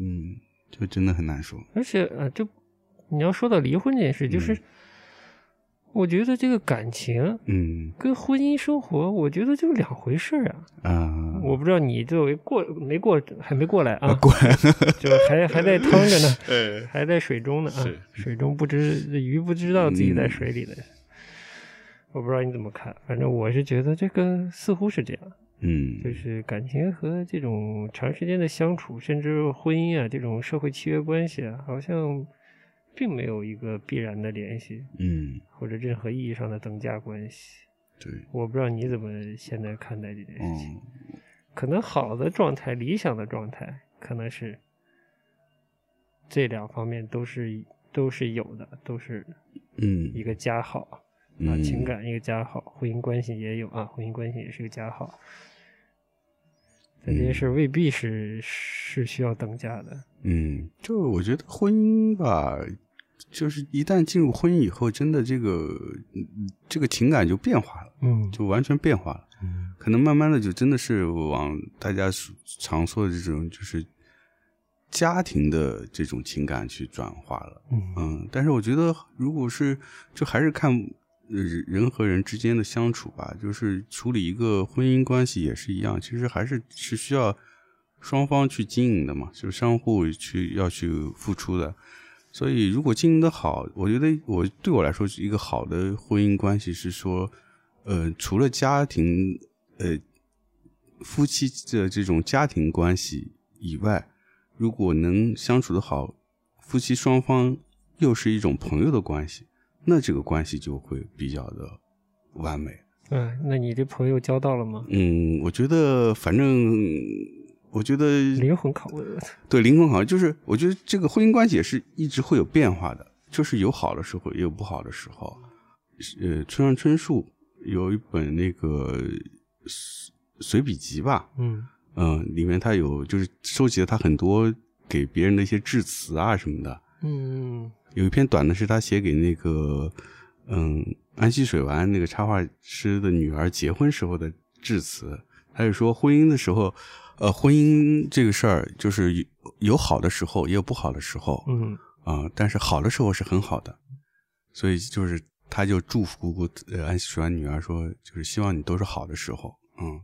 嗯，就真的很难说，而且啊，就你要说到离婚这件事，就是、嗯我觉得这个感情嗯跟婚姻生活，我觉得就是两回事儿啊。啊，我不知道你作为过没过还没过来啊，管，就还还在趟着呢，呃，还在水中呢啊是，水中不知鱼不知道自己在水里的。我不知道你怎么看，反正我是觉得这个似乎是这样。嗯，就是感情和这种长时间的相处，甚至婚姻啊这种社会契约关系啊，好像并没有一个必然的联系，嗯，或者任何意义上的等价关系。对，我不知道你怎么现在看待这件事情。嗯可能好的状态、理想的状态，可能是这两方面都是都是有的，都是嗯一个家好。啊，嗯，情感一个家好，婚姻关系也有啊，婚姻关系也是个家好。但这件事未必是是需要等价的。嗯，就我觉得婚姻吧，就是一旦进入婚姻以后，真的这个嗯这个情感就变化了，嗯就完全变化了。可能慢慢的就真的是往大家所常说的这种就是家庭的这种情感去转化了。嗯嗯，但是我觉得，如果是就还是看呃人和人之间的相处吧，就是处理一个婚姻关系也是一样，其实还是是需要双方去经营的嘛，就是相互去要去付出的。所以，如果经营的好，我觉得我对我来说，一个好的婚姻关系是说，呃，除了家庭，呃，夫妻的这种家庭关系以外，如果能相处的好，夫妻双方又是一种朋友的关系，那这个关系就会比较的完美。啊，那你这朋友交到了吗？嗯，我觉得，反正我觉得灵魂拷问。对灵魂好像就是，我觉得这个婚姻关系也是一直会有变化的，就是有好的时候，也有不好的时候。呃，村上春树有一本那个随随笔集吧，嗯嗯、里面他有就是收集了他很多给别人的一些致辞啊什么的，嗯有一篇短的是他写给那个嗯安溪水丸那个插画师的女儿结婚时候的致辞，他就说婚姻的时候，呃，婚姻这个事儿就是有有好的时候，也有不好的时候嗯啊、但是好的时候是很好的，所以就是他就祝福呃安溪水丸女儿说，就是希望你都是好的时候，嗯，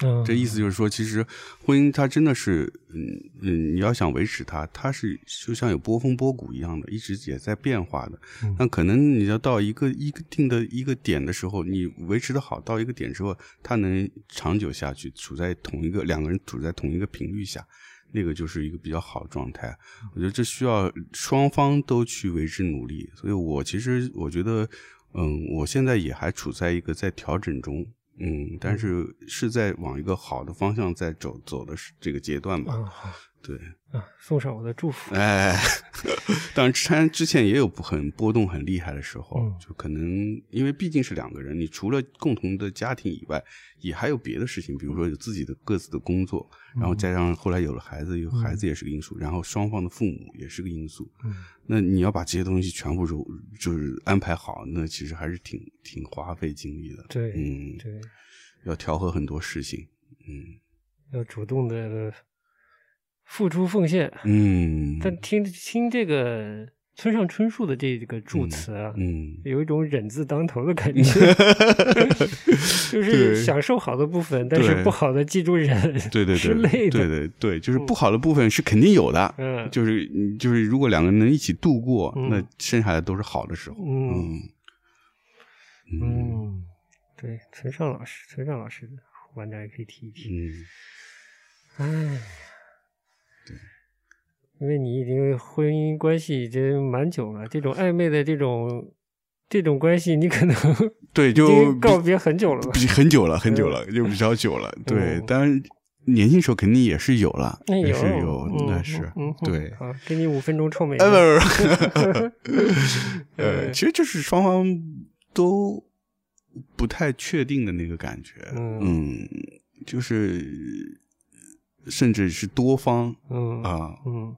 嗯这意思就是说，其实婚姻它真的是，嗯嗯，你要想维持它，它是就像有波峰波谷一样的，一直也在变化的。那可能你要到一个一个定的一个点的时候，你维持的好，到一个点之后，它能长久下去，处在同一个两个人处在同一个频率下，那个就是一个比较好的状态。啊我觉得这需要双方都去为之努力。所以我其实我觉得，嗯，我现在也还处在一个在调整中，嗯，但是是在往一个好的方向在走走的是这个阶段吧。啊，好对，啊，送上我的祝福。哎， 当然之前之前也有不很波动很厉害的时候，嗯就可能因为毕竟是两个人，你除了共同的家庭以外，也还有别的事情，比如说有自己的各自的工作，然嗯后加上后来有了孩子，有孩子也是个因素，然后双方的父母也是个因素。嗯那你要把这些东西全部揉，就是安排好，那其实还是挺挺花费精力的。对嗯，对，要调和很多事情。嗯要主动的付出奉献。嗯，但听听这个村上春树的这个助词啊，嗯有一种忍字当头的感觉， 就是对享受好的部分，但是对不好的记住忍，对对之对，类对的。对对，就是不好的部分是肯定有的，嗯就是你就是如果两个人能一起度过，嗯那剩下的都是好的时候。嗯嗯嗯嗯，对，村上老师，村上老师，玩家也可以提一提。嗯，哎，对，因为你已经婚姻关系已经蛮久了，这种暧昧的这种这种关系，你可 能对，已就经比告别很久了吧？嗯哦比很久了，很久了，就比较久了。对，当然年轻时候肯定也是有了，那也有是有，嗯那是嗯嗯嗯对。好，给你五分钟臭美人。呃， 不是呃，嗯其实就是双方都不太确定的那个感觉，嗯嗯，就是甚至是多方嗯啊，嗯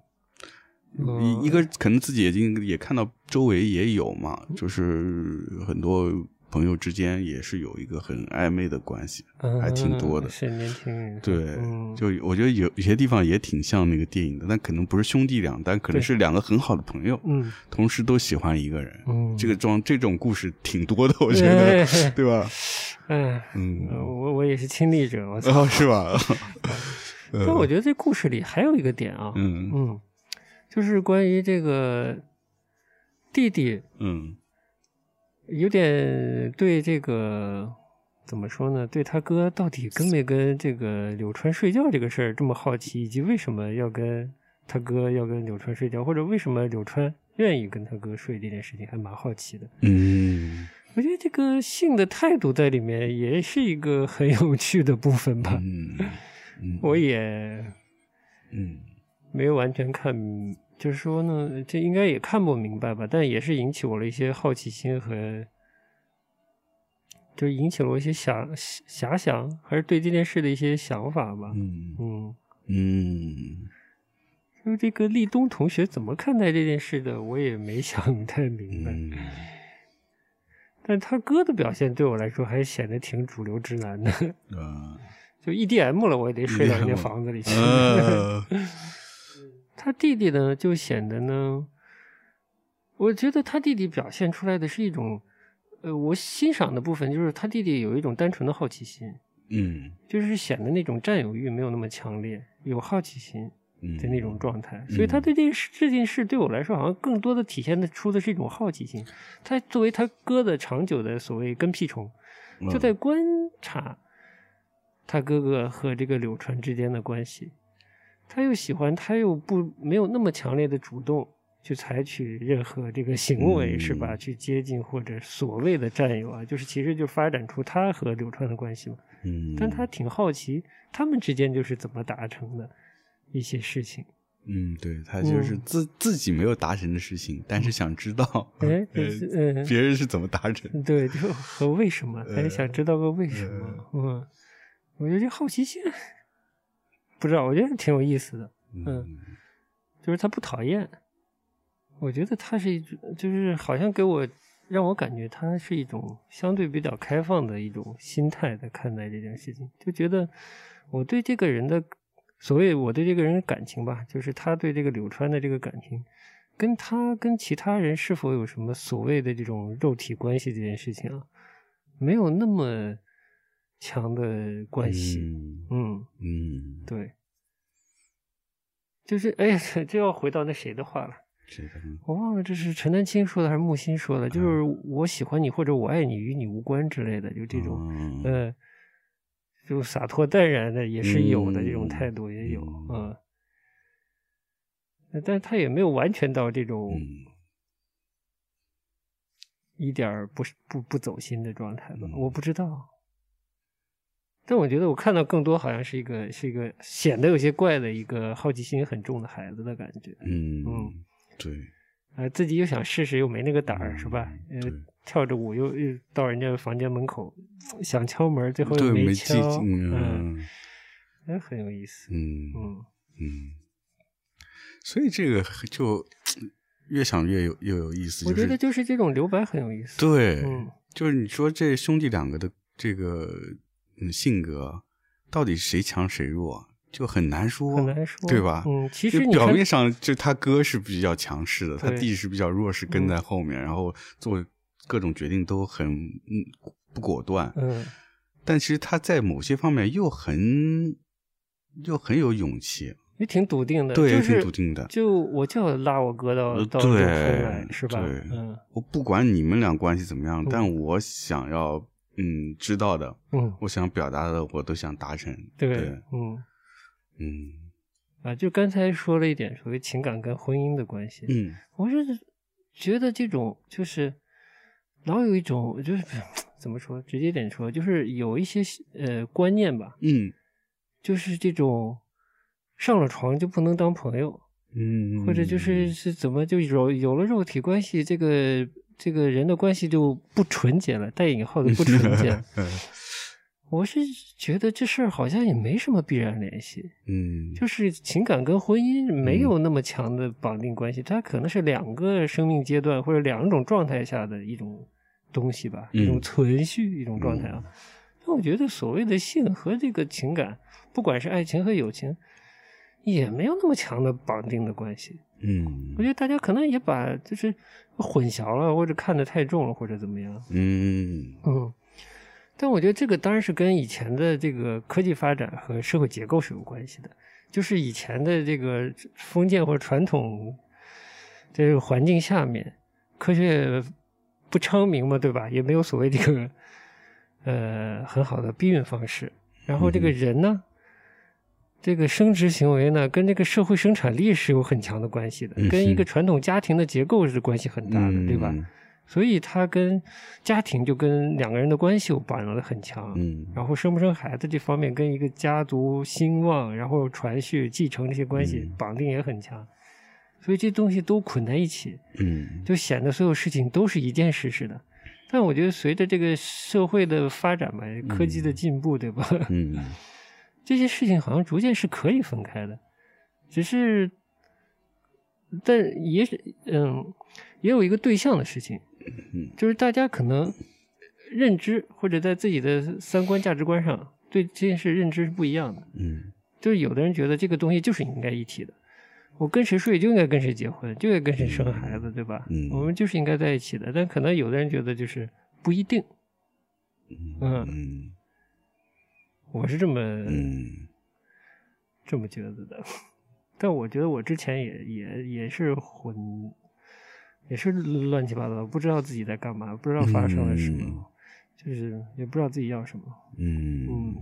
嗯一一个可能自己已经也看到周围也有嘛，就是很多朋友之间也是有一个很暧昧的关系，嗯，还挺多的是年轻人。对，嗯就我觉得有有些地方也挺像那个电影的，但可能不是兄弟俩，但可能对是两个很好的朋友，嗯同时都喜欢一个人。嗯，这个装这种故事挺多的，我我觉 得，对吧？哎，嗯，呃我我也是亲历者，我操。哦，是吧？但我觉得这故事里还有一个点啊，嗯嗯，就是关于这个弟弟嗯有点对这个怎么说呢？对他哥到底跟没跟这个柳川睡觉这个事儿这么好奇，以及为什么要跟他哥要跟柳川睡觉，或者为什么柳川愿意跟他哥睡这件事情，还蛮好奇的。嗯我觉得这个性的态度在里面也是一个很有趣的部分吧。嗯嗯，我也嗯没有完全看，就是说呢，这应该也看不明白吧，但也是引起我了一些好奇心和，就引起了我一些遐遐想，还是对这件事的一些想法吧。嗯嗯，嗯就是这个立冬同学怎么看待这件事的，我也没想太明白。嗯，但他哥的表现对我来说还显得挺主流直男的， 啊就 EDM 了，我也得睡到人家 EDM 房子里去。嗯呃，他弟弟呢，就显得呢，我觉得他弟弟表现出来的是一种，呃，我欣赏的部分就是他弟弟有一种单纯的好奇心， 嗯就是显得那种占有欲没有那么强烈，有好奇心嗯的那种状态。所以他对这件事这件事对我来说，好像更多的体现的出的是一种好奇心。他作为他哥的长久的所谓跟屁虫，嗯就在观察他哥哥和这个柳传之间的关系。他又喜欢，他又不没有那么强烈的主动去采取任何这个行为，嗯是吧？去接近或者所谓的占有啊，就是其实就发展出他和柳传的关系嘛。嗯，但他挺好奇，他们之间就是怎么达成的一些事情。嗯，对他就是自自己没有达成的事情，但是想知道，哎 呃，就是嗯别人是怎么达成的，对，就 和为什么，他也想知道个为什么。嗯，我觉得这好奇心，不知道，我觉得挺有意思的。嗯，就是他不讨厌，我觉得他是一种，就是好像给我让我感觉他是一种相对比较开放的一种心态在看待这件事情，就觉得我对这个人的所谓我对这个人的感情吧，就是他对这个柳川的这个感情，跟他跟其他人是否有什么所谓的这种肉体关系这件事情啊，没有那么强的关系。嗯嗯，嗯，对，就是哎呀， 这这要回到那谁的话了，是的，我忘了这是陈丹青说的还是木心说的，就是嗯我喜欢你或者我爱你与你无关之类的，就这种，嗯呃，就洒脱淡然的也是有的，这种嗯态度也有嗯啊。但是他也没有完全到这种嗯一点儿不是不不走心的状态吧？嗯我不知道。但我觉得我看到更多好像是一个是一个显得有些怪的一个好奇心很重的孩子的感觉，嗯嗯对，啊、自己又想试试又没那个胆儿、嗯是吧？呃对，跳着舞又又到人家房间门口想敲门，最后对又没敲，记嗯嗯，哎、很有意思，嗯嗯嗯，所以这个就越想越有越有意思，我就觉得是就是这种留白很有意思，对，嗯就是你说这兄弟两个的这个嗯性格，到底谁强谁弱，就很难说，很难说，对吧？嗯，其就实你表看面上就他哥是比较强势的，他对嗯弟是比较弱势，跟在后面，然后做各种决定都很嗯不果断。嗯但其实他在某些方面又很又很有勇气，也挺笃定的，对，就挺是笃定的。就我就要拉我哥到呃到农对村来，是吧？对嗯我不管你们俩关系怎么样，但我想要嗯知道的，嗯，我想表达的，我都想达成。对，对嗯嗯啊，就刚才说了一点所谓情感跟婚姻的关系，嗯我是觉得这种就是老有一种就是怎么说，直接点说，就是有一些呃观念吧，嗯就是这种上了床就不能当朋友，嗯，或者就是是怎么就有有了肉体关系，这个这个人的关系就不纯洁了，带引号的不纯 洁了。我是觉得这事儿好像也没什么必然联系，嗯，就是情感跟婚姻没有那么强的绑定关系，它可能是两个生命阶段或者两种状态下的一种东西吧，嗯一种存续，一种状态啊。那我觉得所谓的性和这个情感，不管是爱情和友情，也没有那么强的绑定的关系。嗯我觉得大家可能也把就是混淆了，或者看得太重了，或者怎么样。嗯嗯，但我觉得这个当然是跟以前的这个科技发展和社会结构是有关系的，就是以前的这个封建或者传统这个环境下面，科学不昌明嘛，对吧？也没有所谓这个呃很好的避孕方式，然后这个嗯人呢。这个生殖行为呢，跟这个社会生产力是有很强的关系的，跟一嗯个哼传统家庭的结构是关系很大的，对吧？？所以他跟家庭就跟两个人的关系有绑定的很强，嗯，然后生不生孩子这方面跟一个家族兴旺，然后传续继承这些关系嗯绑定也很强，所以这东西都捆在一起，嗯就显得所有事情都是一件事似的。但我觉得随着这个社会的发展吧，科技的进步，对吧？嗯这些事情好像逐渐是可以分开的，只是，但也是嗯，也有一个对象的事情，嗯就是大家可能认知或者在自己的三观价值观上对这件事认知是不一样的，嗯就是有的人觉得这个东西就是应该一体的。我跟谁睡就应该跟谁结婚，就应该跟谁生孩子，对吧？嗯我们就是应该在一起的。但可能有的人觉得就是不一定，嗯我是这么嗯这么觉得的。 但我觉得我之前也也也是混，也是乱七八糟，不知道自己在干嘛，不知道发生了什么，嗯就是也不知道自己要什么。嗯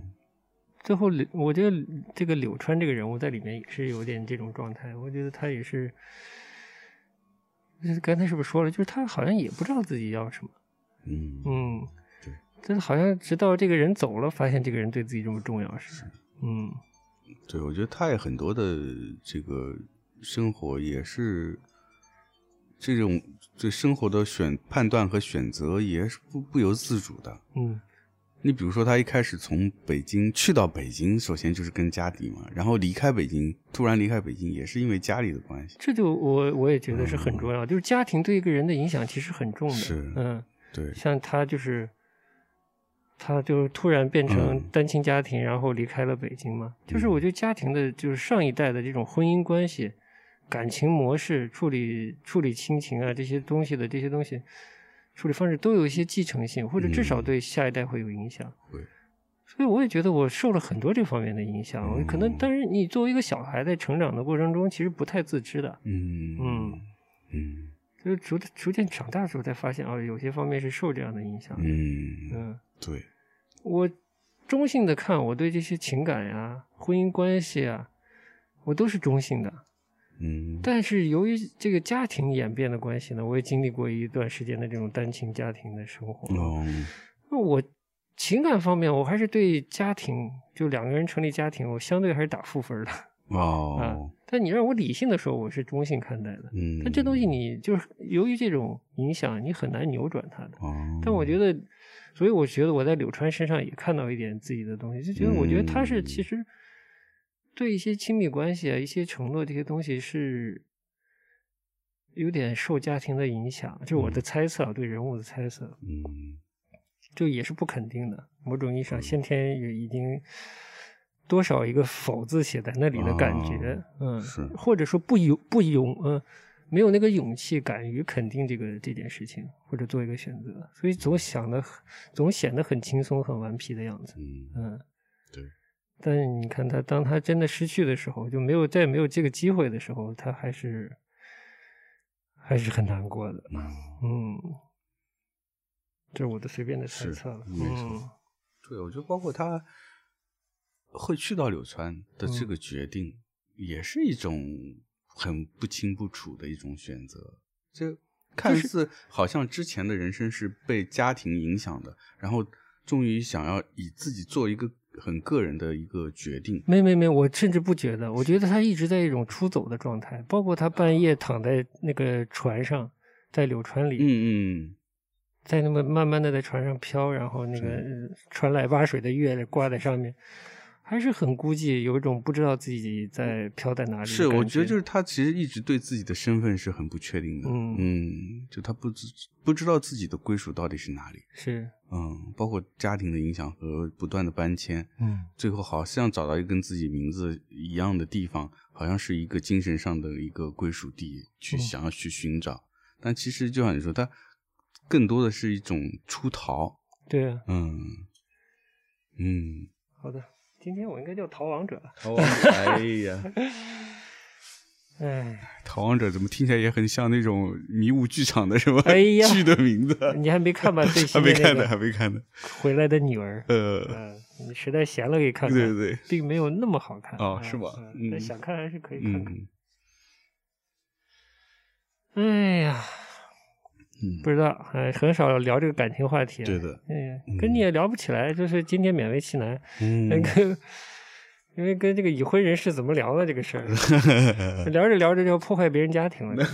最后柳，我觉得这个柳川这个人物在里面也是有点这种状态。我觉得他也是，就是刚才是不是说了，就是他好像也不知道自己要什么。嗯嗯，对。但是好像直到这个人走了，发现这个人对自己这么重要似的。嗯对，我觉得他也很多的这个生活也是这种对生活的选判断和选择也是不不由自主的。嗯你比如说，他一开始从北京去到北京，首先就是跟家里嘛，然后离开北京，突然离开北京，也是因为家里的关系。这就我我也觉得是很重要，就是家庭对一个人的影响其实很重的。嗯是嗯，对，像他就是，他就突然变成嗯单亲家庭，然后离开了北京嘛。就是我觉得家庭的，就是上一代的这种婚姻关系、感情模式、处理处理亲情啊这些东西的这些东西处理方式，都有一些继承性，或者至少嗯对下一代会有影响。会所以我也觉得我受了很多这方面的影响。嗯可能，但是你作为一个小孩在成长的过程中，其实不太自知的，嗯嗯嗯就是逐逐渐长大之后才发现啊，有些方面是受这样的影响。嗯，嗯，对，我中性的看，我对这些情感呀、婚姻关系啊，我都是中性的。嗯，但是由于这个家庭演变的关系呢，我也经历过一段时间的这种单亲家庭的生活。哦，那我情感方面，我还是对家庭，就两个人成立家庭，我相对还是打负分的、啊哦，。但你让我理性的说，我是中性看待的。嗯，但这东西，你就是由于这种影响，你很难扭转它的。哦，但我觉得，得，所以我觉得我在柳川身上也看到一点自己的东西，就觉得我觉得他是嗯其实对一些亲密关系啊、一些承诺这些东西是有点受家庭的影响，就我的猜测啊，对人物的猜测，嗯就也是不肯定的。某种意义上，先天也已经多少一个否字写在那里的感觉，嗯，啊是或者说不勇不勇，嗯、没有那个勇气敢于肯定这个这件事情，或者做一个选择，所以总想的总显得很轻松、很顽皮的样子，嗯，嗯，对。但是你看他，当他真的失去的时候，就没有再没有这个机会的时候，他还是还是很难过的。嗯，这是我的随便的猜是测了。没错嗯对，我觉得包括他会去到柳川的嗯这个决定，也是一种很不清不楚的一种选择。这看似好像之前的人生是被家庭影响的，然后终于想要以自己做一个很个人的一个决定。没没没，我甚至不觉得，我觉得他一直在一种出走的状态，包括他半夜躺在那个船上，在柳船里，嗯在那么慢慢的在船上飘，然后那个呃传来八水的月亮挂在上面，还是很孤寂，有一种不知道自己在飘在哪里的嗯，是，我感觉得就是他其实一直对自己的身份是很不确定的。嗯嗯，就他不知不知道自己的归属到底是哪里。是，嗯，包括家庭的影响和不断的搬迁，嗯，最后好像找到一个跟自己名字一样的地方，好像是一个精神上的一个归属地，去嗯想要去寻找。但其实就像你说，它更多的是一种出逃。对啊，嗯嗯，好的，今天我应该叫逃亡者了，逃亡者，哎呀，哎，逃亡者怎么听起来也很像那种迷雾剧场的什么哎呀剧的名字？你还没看吧？最 还新没的那看呢，还个没看呢。回来的女儿，呃， 嗯，你实在闲了可以看看，对对对，并没有那么好看哦啊是吗嗯嗯但想看还是可以看看。嗯哎呀，嗯不，知道，哎，很少聊这个感情话题。对，的，哎嗯，跟你也聊不起来，就是今天勉为其难，嗯那个。因为跟这个已婚人士怎么聊了这个 事儿，聊着聊着就要破坏别人家庭了。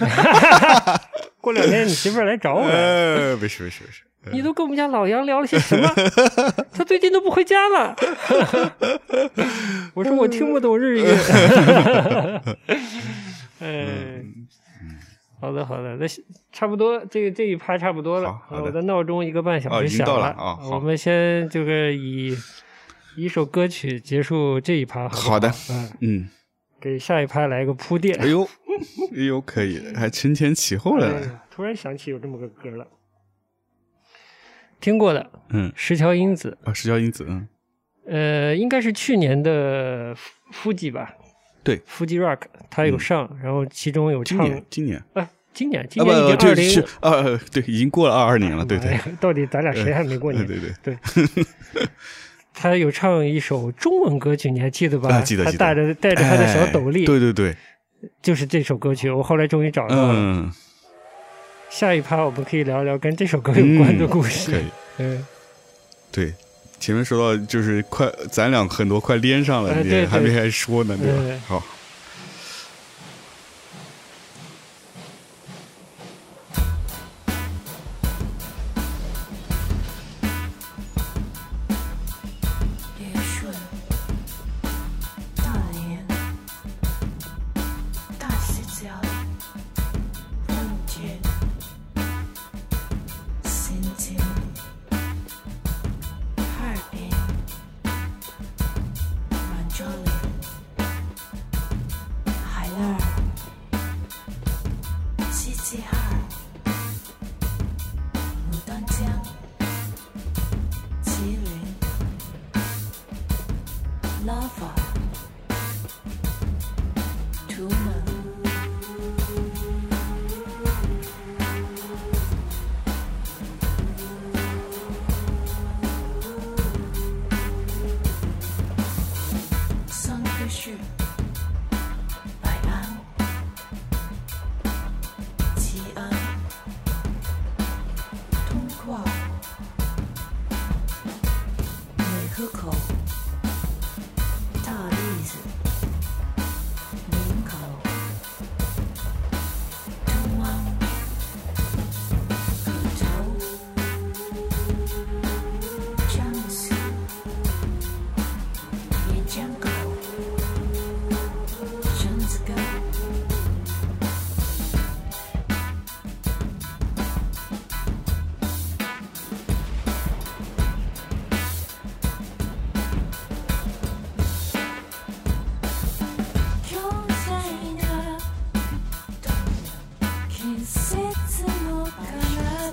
过两天你媳妇儿来找我来，呃，没事没事没事。 你都跟我们家老杨聊了些什么？他最近都不回家 了。我说我听不懂日语。嗯 哎，好的好的，那差不多，这个这一趴差不多了。好好的我的闹钟一个半小哦已时经响到了。了啊好我们先这个以一首歌曲结束这一趴。好的，嗯，嗯，给下一趴来个铺垫。哎呦，哎呦，可以，还承前启后哎了。呀突然想起有这么个歌了，听过的嗯，石桥英子。啊，石桥英子，嗯，呃，应该是去年的 Fuji 吧？对嗯，Fuji Rock 它有上，然后其中有今唱，年，今年，啊，今年今啊，不，年已经二对，是零，哎啊，对，已经过了二二年了，对对，到底咱俩谁还没过对年？对对，他有唱一首中文歌曲，你还记得吧？啊记得他记得带着带着他的小斗笠，哎对对对，就是这首歌曲，我后来终于找到了。嗯，下一趴我们可以聊聊跟这首歌有关的故可事以。，嗯，对。前面说到就是快，咱俩很多快连上了，哎你对对还没还说呢，对对吧？好，连顺，大连，大石礁，奉节，新津，哈尔滨，满洲里，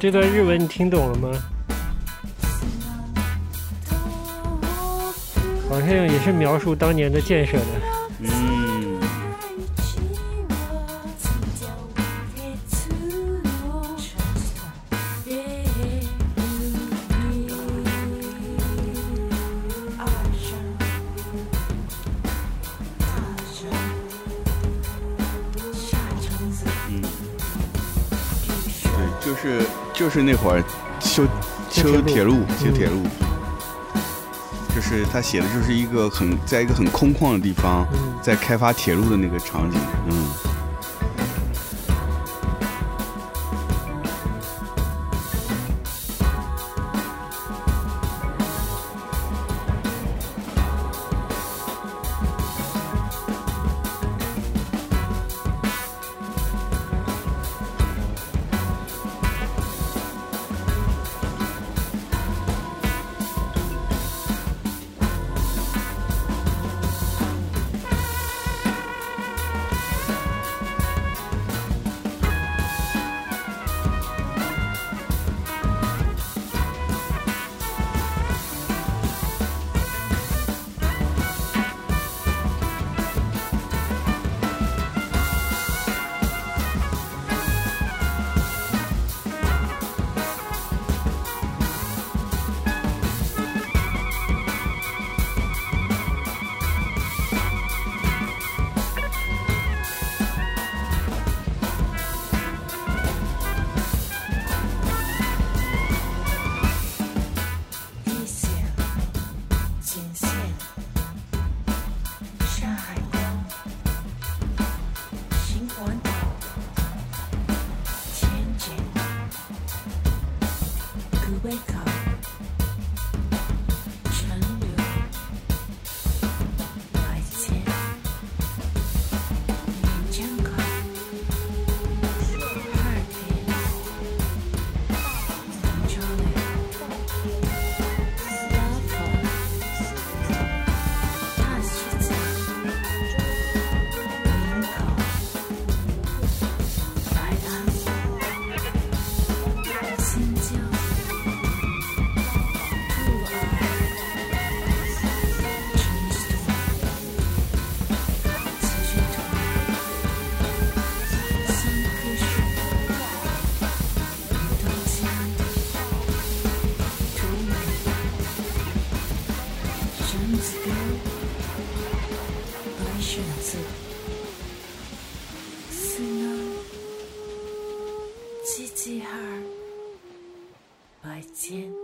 这段日文你听懂了吗？好像也是描述当年的建设的。嗯，对，就是就是那会儿修修铁路，嗯修铁路，就是他写的就是一个很在一个很空旷的地方，嗯在开发铁路的那个场景，嗯。一线、锦线、山海关、秦皇岛、天津、古北口、成都、怀县、临江口、哈尔滨、温州内。Thank you. 山子沟，白雪子，斯诺，齐齐哈尔，白天。